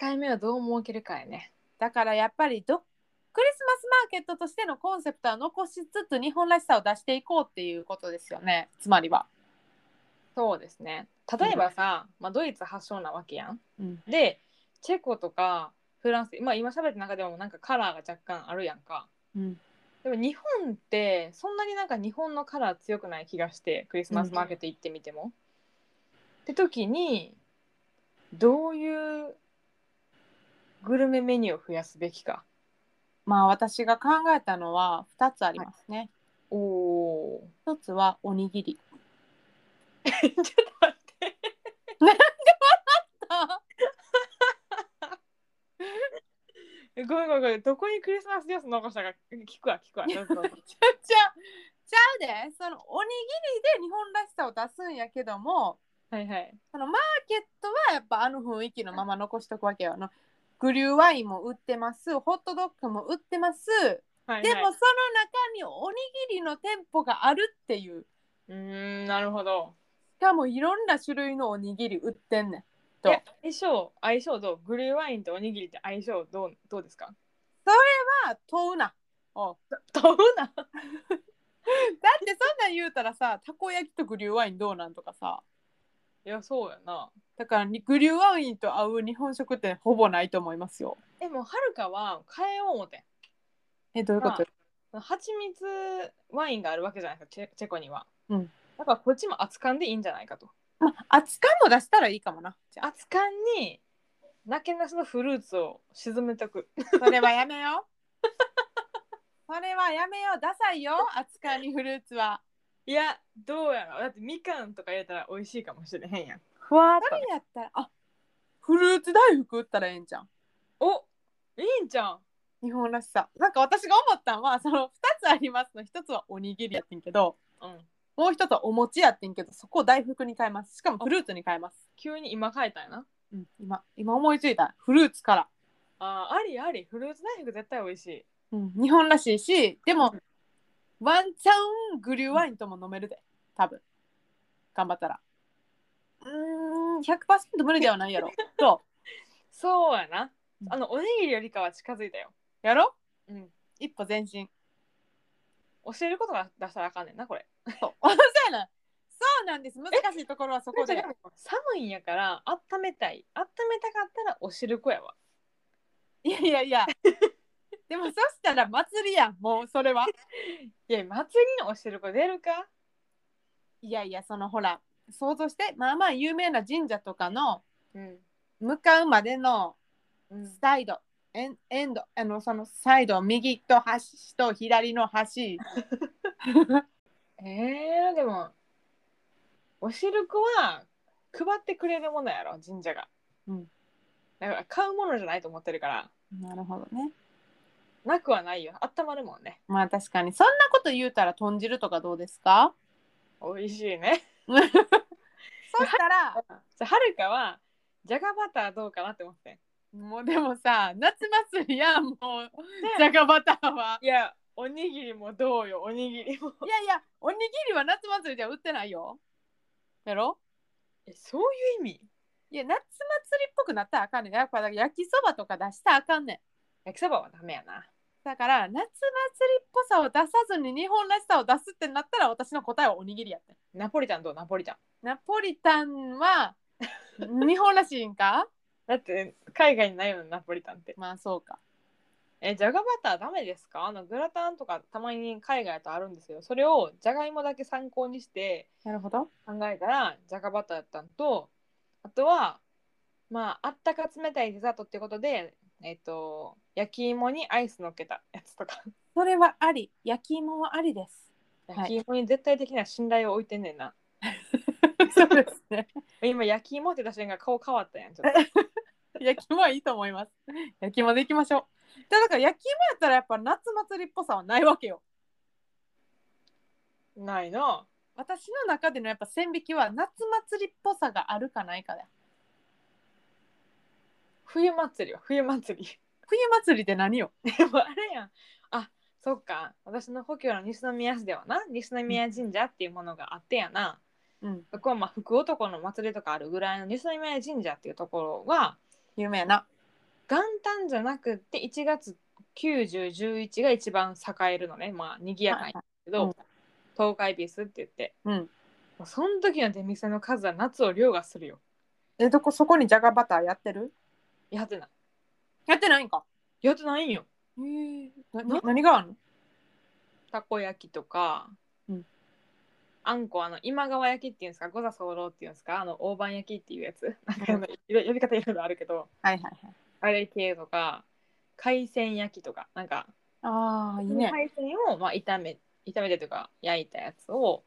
Speaker 1: 境目はどう設けるかやね。
Speaker 2: だからやっぱりどクリスマスマーケットとしてのコンセプトは残しつつ日本らしさを出していこうっていうことですよねつまりは、
Speaker 1: そうですね。例えばさ、まあ、ドイツ発祥なわけやん。
Speaker 2: うん、
Speaker 1: でチェコとかフランス、まあ、今喋った中でもなんかカラーが若干あるやんか
Speaker 2: うん
Speaker 1: でも日本ってそんなになんか日本のカラー強くない気がしてクリスマスマーケット行ってみても。って時にどういうグルメメニューを増やすべきか
Speaker 2: まあ私が考えたのは2つありますね。
Speaker 1: おお
Speaker 2: 1つはおにぎ り。
Speaker 1: ー。ちょっと待って。えごめんごめんごめん。どこにクリスマスジュース残したか聞くわ聞くわ。どうぞどう ぞ
Speaker 2: ちゃうちゃうちゃうでそのおにぎりで日本らしさを出すんやけども
Speaker 1: はいはい。
Speaker 2: そのマーケットはやっぱあの雰囲気のまま残しとくわけよあのグリューワインも売ってますホットドッグも売ってます
Speaker 1: はいはい、
Speaker 2: でもその中におにぎりの店舗があるっていう
Speaker 1: うーんなるほど。
Speaker 2: しかもいろんな種類のおにぎり売ってんねんと
Speaker 1: え相性相性どうグリーンワインとおにぎりって相性どうどうです か
Speaker 2: まあ問うなおう
Speaker 1: どうな
Speaker 2: だってそんなん言うたらさたこ焼きとグリューワインどうなんとかさ
Speaker 1: いやそうやな。
Speaker 2: だからグリューワインと合う日本食ってほぼないと思いますよ
Speaker 1: えもうはるかは変えよう思てん。
Speaker 2: えどういうこと、
Speaker 1: 蜂蜜ワインがあるわけじゃないですかチェチェコには。
Speaker 2: うん
Speaker 1: だからこっちも熱燗でいいんじゃないかと。
Speaker 2: まあ、熱燗も出したらいいかもな。じゃあ、
Speaker 1: 熱燗になけなしのフルーツを沈めとく。
Speaker 2: それはやめよう。それはやめよう。ダサいよ。熱燗にフルーツは。
Speaker 1: いやどうやろだってみかんとか入れたら美味しいかもしれへんやん。
Speaker 2: ふわっと。それやったら、あフルーツ大福売ったらええんじゃん。
Speaker 1: おいいんじゃん。
Speaker 2: 日本らしさ。なんか私が思ったのは、その2つありますの。1つはおにぎりやってんけど、
Speaker 1: うん。
Speaker 2: もう1つはお餅やってんけど、そこを大福に変えます。しかもフルーツに変えます。
Speaker 1: 急に今変えたんやな。
Speaker 2: うん、今、今思いついた。フルーツから。
Speaker 1: あーありありフルーツ大福絶対美味しい。
Speaker 2: うん、日本らしいし、でも
Speaker 1: う、
Speaker 2: ワンチャングリューワインとも飲めるで、多分頑張ったら。うーん、100%無理ではないやろ。そ
Speaker 1: そうやな
Speaker 2: う。ん
Speaker 1: あのおにぎりよりかは近づいたよ。
Speaker 2: う。やろ
Speaker 1: うん。
Speaker 2: 一歩前進。
Speaker 1: 教えることが出したらあかんねんなこれ。
Speaker 2: そう。 そうやな。そうなんです。難しいところはそこ
Speaker 1: で
Speaker 2: で。
Speaker 1: も寒いんやから温めたい。温めたかったらお汁粉やわ。
Speaker 2: いやいやいや。でもそしたら祭りやん、もうそれは。
Speaker 1: いや祭りのお汁粉出るか？
Speaker 2: いやいや、そのほら、想像して、まあまあ有名な神社とかの
Speaker 1: うん。
Speaker 2: 向かうまでの
Speaker 1: うん。
Speaker 2: サイド、エンエンド、あの、そのサイド、右と端と左の端。
Speaker 1: えー、でもお汁粉は配ってくれるものやろ神社が。
Speaker 2: うん。
Speaker 1: だから買うものじゃないと思ってるから
Speaker 2: なるほどね。
Speaker 1: なくはないよ。温まるもんね。
Speaker 2: まあ確かに、そんなこと言うたら豚汁とかどうですか
Speaker 1: 美味しいね。
Speaker 2: そしたら、
Speaker 1: じゃはるかはじゃがバターどうかなって思ってん。
Speaker 2: もうでもさ、夏祭りやん、もう、じゃがバターは。
Speaker 1: いや、おにぎりもどうよ、おにぎりも。
Speaker 2: いやいや、おにぎりは夏祭りでは売ってないよ。やろ
Speaker 1: え、そういう意味
Speaker 2: いや、夏祭りっぽくなったらあかんねん。やっぱだから焼きそばとか出したらあかんねん。
Speaker 1: 焼きそばはダメやな。
Speaker 2: だから夏祭りっぽさを出さずに日本らしさを出すってなったら私の答えはおにぎりやってん
Speaker 1: ナポリタンどうナポリタン。
Speaker 2: ナポリタンは 日本らしいんか
Speaker 1: だって、海外にないよね、ナポリタンって。
Speaker 2: まあそうか
Speaker 1: え、じゃがバターダメですかあの、グラタンとかたまに海外だとあるんですけど、それをじゃがいもだけ参考にして
Speaker 2: なるほど
Speaker 1: 考えたら、じゃがバターやったんと、あとは、まあ、あったか冷たいデザートってことで、えっ、と、焼き芋にアイス乗っけたやつとか。
Speaker 2: それはあり焼き芋はありです
Speaker 1: 焼き
Speaker 2: い
Speaker 1: 芋に絶対的な信頼を置いてんねんな。
Speaker 2: そうですね
Speaker 1: 今焼き芋って出した瞬間顔変わったやんちょっと
Speaker 2: 焼き芋はいいと思います焼き芋でいきましょうじゃあだから焼き芋やったらやっぱ夏祭りっぽさはないわけよ
Speaker 1: ないな
Speaker 2: 私の中でのやっぱ線引きは夏祭りっぽさがあるかないかだ
Speaker 1: 冬祭りは冬祭り
Speaker 2: 冬祭りって何よ
Speaker 1: でもあれやんあそっか私の故郷の西宮市ではな西宮神社っていうものがあってやな
Speaker 2: うん
Speaker 1: そこはまあ福男の祭りとかあるぐらいの西宮神社っていうところは
Speaker 2: 有名な
Speaker 1: 元旦じゃなくって1月9011が一番栄えるのねまあ賑やかにだけど、
Speaker 2: はいは
Speaker 1: 東海ビスって言って
Speaker 2: うん
Speaker 1: もうその時の出店の数は夏を凌駕するよ
Speaker 2: えどこそこにじゃがバターやってる
Speaker 1: やってない
Speaker 2: やってないんか
Speaker 1: やってないんよ
Speaker 2: へえ
Speaker 1: な
Speaker 2: 何があるの
Speaker 1: たこ焼きとか、
Speaker 2: うん
Speaker 1: あんこあの今川焼きっていうんですか五座候っていうんですかあの大判 焼きっていうやつなんかあのいろ呼び方いろいろあるけど
Speaker 2: はいはいはい。
Speaker 1: あれ系とか海鮮焼きとかなんか
Speaker 2: ああいいね。
Speaker 1: 海鮮を、まあ、炒め炒めてというか焼いたやつを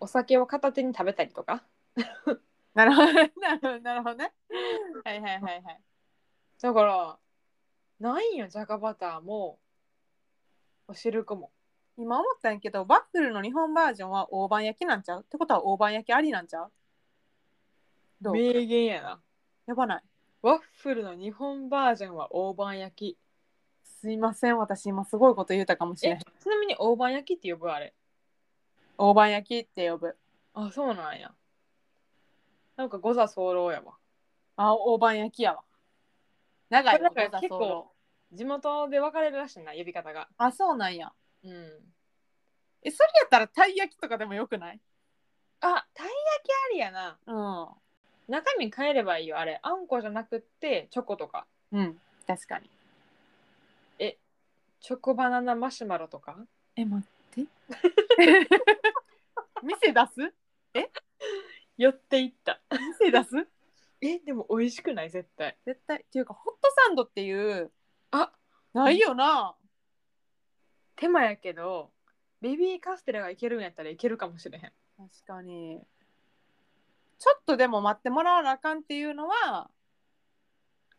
Speaker 1: お酒を片手に食べたりとか
Speaker 2: なるほどなるほどなるほどね。はいはいはいはい。
Speaker 1: だからないんよじゃがバターもおしるこも
Speaker 2: 今思ったんやけどバッフルの日本バージョンは大判焼きなんちゃうってことは大判焼きありなんちゃうどう
Speaker 1: 名言やな
Speaker 2: やばない
Speaker 1: ワッフルの日本バージョンは大判焼き
Speaker 2: すいません私今すごいこと言うたかもしれ
Speaker 1: え
Speaker 2: ない
Speaker 1: ちなみに大判焼きって呼ぶあれ
Speaker 2: 大判焼きって呼ぶ
Speaker 1: あそうなんやなんか誤差早漏やわ
Speaker 2: あ大判焼きやわ長い
Speaker 1: これ
Speaker 2: よ
Speaker 1: なんか結構地元で分かれるらしいな呼び方が
Speaker 2: あそうなんや
Speaker 1: うん
Speaker 2: えそれやったらたい焼きとかでもよくない
Speaker 1: あたい焼きありやな
Speaker 2: うん
Speaker 1: 中身変えればいいよあれあんこじゃなくってチョコとか
Speaker 2: うん確かに
Speaker 1: チョコバナナマシュマロとか
Speaker 2: え待って 店出す
Speaker 1: 寄っていった
Speaker 2: 店出す
Speaker 1: えでも美味しくない絶対
Speaker 2: 絶対っていうかホットサンドっていう
Speaker 1: あ
Speaker 2: ないよな、
Speaker 1: 手間やけどベビーカステラがいけるんやったらいけるかもしれへん
Speaker 2: 確かにちょっとでも待ってもらわなあかんっていうのは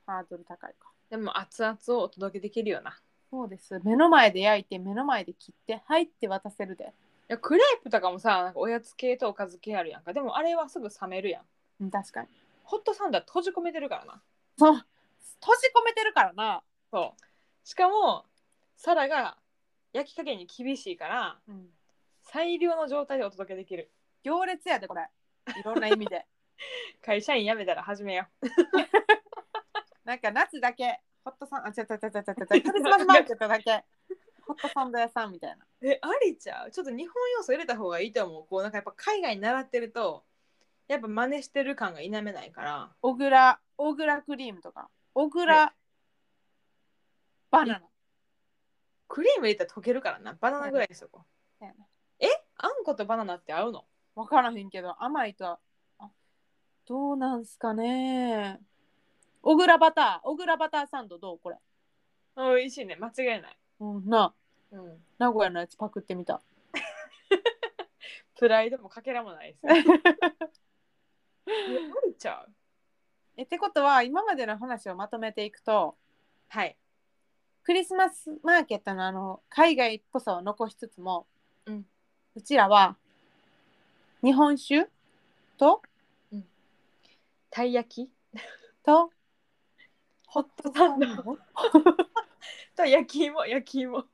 Speaker 2: ハードル高いか
Speaker 1: でも熱々をお届けできるよない
Speaker 2: そうです目の前で焼いて目の前で切って入って渡せるで、
Speaker 1: やクレープとかもさなんかおやつ系とおかず系あるやんかでもあれはすぐ冷めるやん
Speaker 2: うん、確かに
Speaker 1: ホットサンドは閉じ込めてるからな
Speaker 2: そう閉じ込めてるからな、
Speaker 1: そうしかも皿が焼き加減に厳しいから最良の状態でお届けできる
Speaker 2: 行列やでこれいろんな意味で
Speaker 1: 会社員辞めたら始めよう
Speaker 2: なんか夏だけホットサンドあちゃちゃちゃちゃちゃちゃクリスマスマーケットだけホットサンド屋さんみたいな
Speaker 1: えありちゃうちょっと日本要素入れた方がいいと思うこうなんかやっぱ海外に習ってるとやっぱ真似してる感が否めないから
Speaker 2: 小倉小倉クリームとか小倉バナナ
Speaker 1: クリーム入れたら溶けるからなバナナぐらいにしとこう
Speaker 2: そうやな
Speaker 1: えあんことバナナって合うの
Speaker 2: 分からへんけど甘いとはあどうなんすかね小倉バター小倉バターサンドどうこれ
Speaker 1: 美味しいね間違いない、
Speaker 2: うんな
Speaker 1: うん、
Speaker 2: 名古屋のやつパクってみた
Speaker 1: プライドもかけらもないですよ えありちゃう
Speaker 2: えってことは今までの話をまとめていくと
Speaker 1: はい、
Speaker 2: クリスマスマーケットのあの海外っぽさを残しつつも、
Speaker 1: うん
Speaker 2: うちらは日本酒と
Speaker 1: たい焼き
Speaker 2: と
Speaker 1: ホット
Speaker 2: サンド
Speaker 1: と焼き芋焼き芋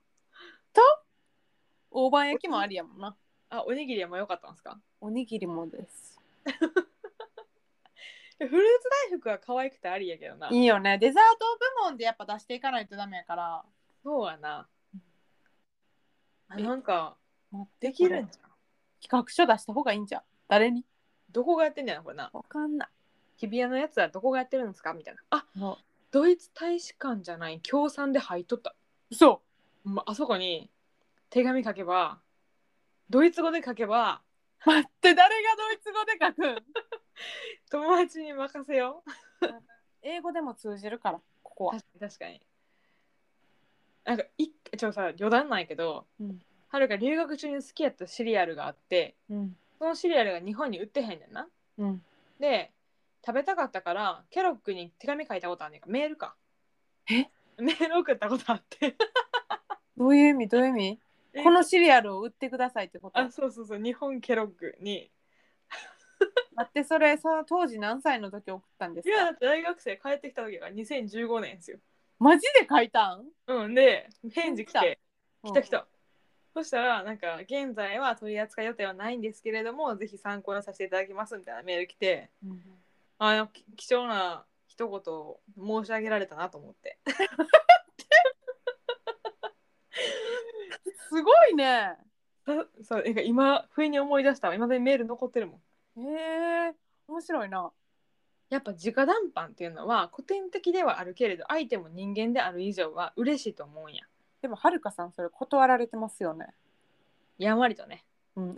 Speaker 2: 大判焼きもありやもんな
Speaker 1: あおにぎりも良かったんですか
Speaker 2: おにぎりもです
Speaker 1: フルーツ大福は可愛くてありやけどない
Speaker 2: いよねデザート部門でやっぱ出していかないとダメやから
Speaker 1: そうやなあ
Speaker 2: え
Speaker 1: なんか
Speaker 2: 待って
Speaker 1: できるんじゃん
Speaker 2: 企画書出した方がいいんじゃん誰に
Speaker 1: どこがやってんだよなこれな
Speaker 2: わかんない
Speaker 1: 日比谷のやつはどこがやってるんですかみたいなあ
Speaker 2: そ
Speaker 1: ドイツ大使館じゃない協賛で入っとった
Speaker 2: うそ
Speaker 1: まあそこに手紙書けばドイツ語で書けば
Speaker 2: う待って誰がドイツ語で書くん
Speaker 1: 友達に任せよう
Speaker 2: 英語でも通じるからここは
Speaker 1: 確かに確かになんかいちょっとさ余談なんやけど、
Speaker 2: うん
Speaker 1: はるか留学中に好きやったシリアルがあって
Speaker 2: うん
Speaker 1: そのシリアルが日本に売ってへんねんな
Speaker 2: うん
Speaker 1: で食べたかったからケロックに手紙書いたことあんねんかメールか
Speaker 2: え
Speaker 1: メール送ったことあって
Speaker 2: どういう意味どういう意味
Speaker 1: え
Speaker 2: このシリアルを売ってくださいってこと
Speaker 1: あ
Speaker 2: 待
Speaker 1: そうそうそう日本ケロックに
Speaker 2: ってそれその当時何歳の時送ったんです
Speaker 1: いやだ
Speaker 2: か
Speaker 1: って大学生帰ってきた時が2015年ですよ
Speaker 2: マジで書いたん
Speaker 1: うんで返事来て
Speaker 2: 来
Speaker 1: 来た来た、そしたらなんか現在は取り扱い予定はないんですけれどもぜひ参考にさせていただきますみたいなメール来てあのき貴重な一言を申し上げられたなと思って
Speaker 2: すごいね
Speaker 1: だ そうなんか今不意に思い出したわ今でメール残ってるもん
Speaker 2: へえ面白いな
Speaker 1: やっぱ直談判っていうのは古典的ではあるけれど相手も人間である以上は嬉しいと思うんや
Speaker 2: でもはるかさんそれ断られてますよね
Speaker 1: やんわりとね
Speaker 2: うん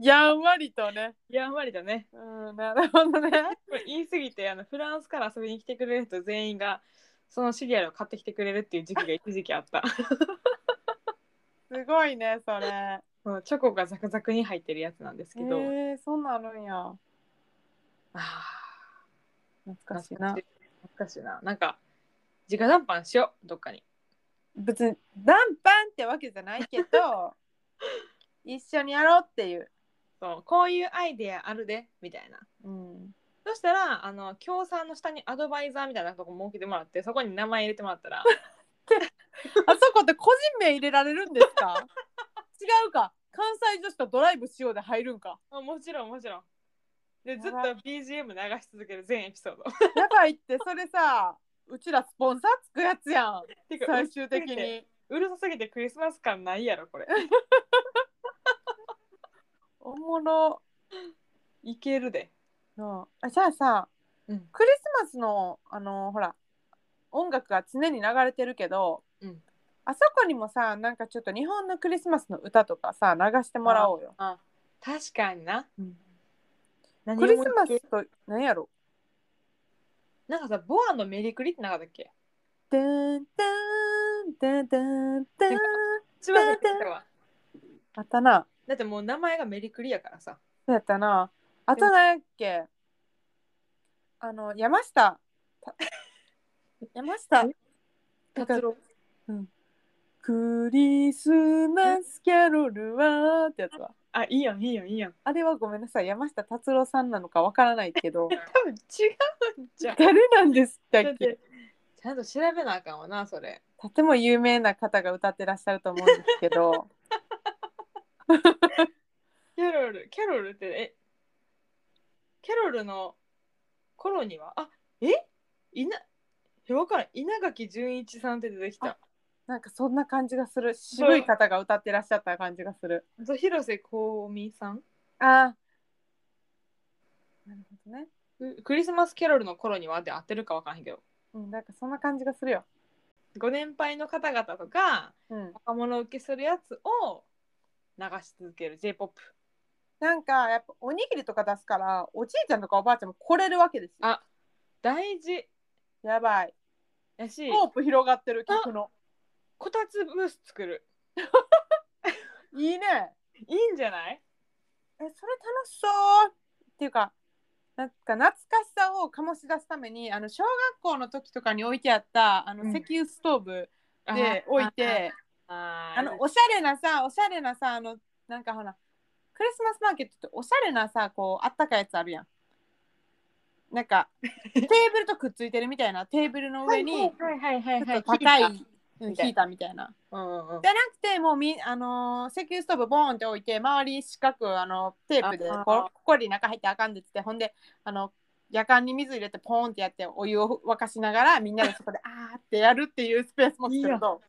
Speaker 2: やんわりとね。
Speaker 1: やんわりだね。
Speaker 2: うん、なるほどね。
Speaker 1: これ言い過ぎてあのフランスから遊びに来てくれる人全員がそのシリアルを買ってきてくれるっていう時期が一時期あった
Speaker 2: すごいね、それ。
Speaker 1: もうチョコがザクザクに入ってるやつなんです
Speaker 2: え
Speaker 1: けど、
Speaker 2: ー、そんなんあるんや。
Speaker 1: あ
Speaker 2: 懐
Speaker 1: ー
Speaker 2: かしいな。
Speaker 1: 懐かしいななんか直談判しようどっかに
Speaker 2: 別に、ダンパンってわけじゃないけ ど、一緒にやろうっていう。
Speaker 1: そうこういうアイデアあるでみたいな
Speaker 2: うん。
Speaker 1: そしたらあの協賛の下にアドバイザーみたいなとこ設けてもらってそこに名前入れてもらった ら
Speaker 2: あそこって個人名入れられるんです か違うか関西女子とドライブしようで入るんか
Speaker 1: あもちろんもちろんでずっと
Speaker 2: やば
Speaker 1: BGM 流し続ける全エピソー ド
Speaker 2: やばいってそれさうちらスポンサーつくやつやん
Speaker 1: てか
Speaker 2: 最終的
Speaker 1: うるさすぎて
Speaker 2: に
Speaker 1: うるさすぎてクリスマス感ないやろこれ
Speaker 2: おもろ
Speaker 1: いけるで
Speaker 2: なああじゃあさ
Speaker 1: うん
Speaker 2: クリスマスのあのほら音楽が常に流れてるけど、
Speaker 1: うん
Speaker 2: あそこにもさなんかちょっと日本のクリスマスの歌とかさ流してもらおうよ、
Speaker 1: あ確かにな何
Speaker 2: クリスマ
Speaker 1: 思いつ
Speaker 2: ス
Speaker 1: き
Speaker 2: と何やろ
Speaker 1: なんかさボアのメリクリってなかったっけ
Speaker 2: ダンダンダンダンダン
Speaker 1: 一番びっくりしたわ
Speaker 2: あったな
Speaker 1: だってもう名前がメリクリやからさ
Speaker 2: そうやったな。あと何やっけあの、山下。た山下
Speaker 1: え。達郎
Speaker 2: クリスマスキャロルはってやつは。
Speaker 1: あいいやんいいやんいいやん
Speaker 2: あれはごめんなさい。山下達郎さんなのかわからないけ
Speaker 1: 多
Speaker 2: ど。
Speaker 1: 分違うん じゃん
Speaker 2: 誰なんです っ
Speaker 1: だっててちゃんと調べなあかんわなそれ
Speaker 2: とても有名な方が歌ってらっしゃると思うんです けど。
Speaker 1: キャロルキャロルってえキャロルの頃にはあえいな分からん稲垣潤一さんって出てきた
Speaker 2: なんかそんな感じがする。渋い方が歌ってらっしゃった感じがする。
Speaker 1: あと広瀬香美さん
Speaker 2: ああ。なるほどね。
Speaker 1: うクリスマスキャロルの頃にはで合ってるか分からへんけど
Speaker 2: うん、なんかそんな感じがするよ。
Speaker 1: ご年配の方々とか
Speaker 2: うん。
Speaker 1: 若者受けするやつを流し続ける j p o p
Speaker 2: なんかやっぱおにぎりとか出すからおじいちゃんとかおばあちゃんも来れるわけですよ。
Speaker 1: あ大事
Speaker 2: やばい。
Speaker 1: やし
Speaker 2: スコープ広がってる曲の。
Speaker 1: こたつブース作る
Speaker 2: いいね。
Speaker 1: いいんじゃない
Speaker 2: えそれ楽しそうっていうかなんか懐かしさを醸し出すためにあの小学校の時とかに置いてあったあの
Speaker 1: うん
Speaker 2: 石油ストーブで置いて、
Speaker 1: あ
Speaker 2: あのおしゃれなさおしゃれなさあのなんかほらクリスマスマーケットっておしゃれなさこうあったかいやつあるやん。なん かテーブルとくっついてるみたいなテーブルの上に。
Speaker 1: はいはいはい
Speaker 2: ち
Speaker 1: はい
Speaker 2: ょっと高
Speaker 1: うん
Speaker 2: いうんヒーターみたいな。
Speaker 1: うんうん
Speaker 2: じゃなくてもうみ、あのー石油ストーブボーンって置いて周り四角あのテープで
Speaker 1: あー
Speaker 2: こここに中入ってあかんでっつってほんであの夜間に水入れてポーンってやってお湯を沸かしながらみんなでそこ であーってやるっていうスペースも作ると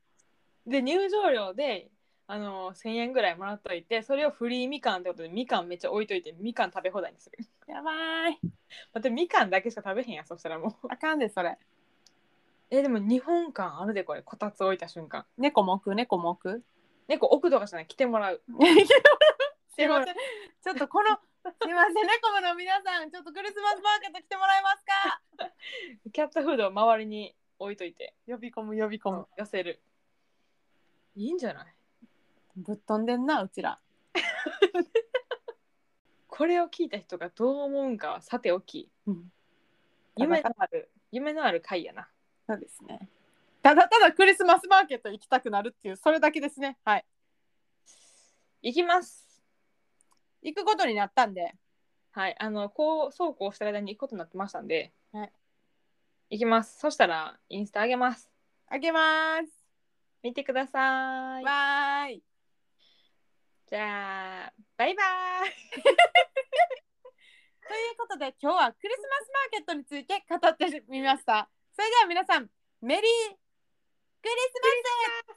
Speaker 1: で入場料であの1000円ぐらいもらっといてそれをフリーみかんってことでみかんめっちゃ置いといてみかん食べ放題にする
Speaker 2: やばい
Speaker 1: 待ってみかんだけしか食べへんやんそしたらもう
Speaker 2: あかんでそれ
Speaker 1: えでも日本感あるでこれこたつ置いた瞬間
Speaker 2: 猫も食う猫も 食う
Speaker 1: 猫置くとかじゃない来てもらう
Speaker 2: すいませんちょっとこのすいません猫の皆さんちょっとクリスマスマーケット来てもらえますか
Speaker 1: キャットフードを周りに置いといて
Speaker 2: 呼び込む呼び込む
Speaker 1: 寄せるいいんじゃない
Speaker 2: ぶっ飛んでんなうちら
Speaker 1: これを聞いた人がどう思うんかはさておき
Speaker 2: うん
Speaker 1: 夢のある夢のある回やな
Speaker 2: そうですね。ただただクリスマスマーケット行きたくなるっていうそれだけですね。はい。
Speaker 1: いきます
Speaker 2: 行くことになったんで。
Speaker 1: はい、あの、こう、そうこうした間に行くことになってましたんで。
Speaker 2: はい。
Speaker 1: 行きます。そしたら、インスタ上げます。
Speaker 2: あげます。
Speaker 1: 見てください。
Speaker 2: バイ。
Speaker 1: じゃあ、バイバイ。
Speaker 2: ということで今日はクリスマスマーケットについて語ってみました。それでは皆さんメリークリスマス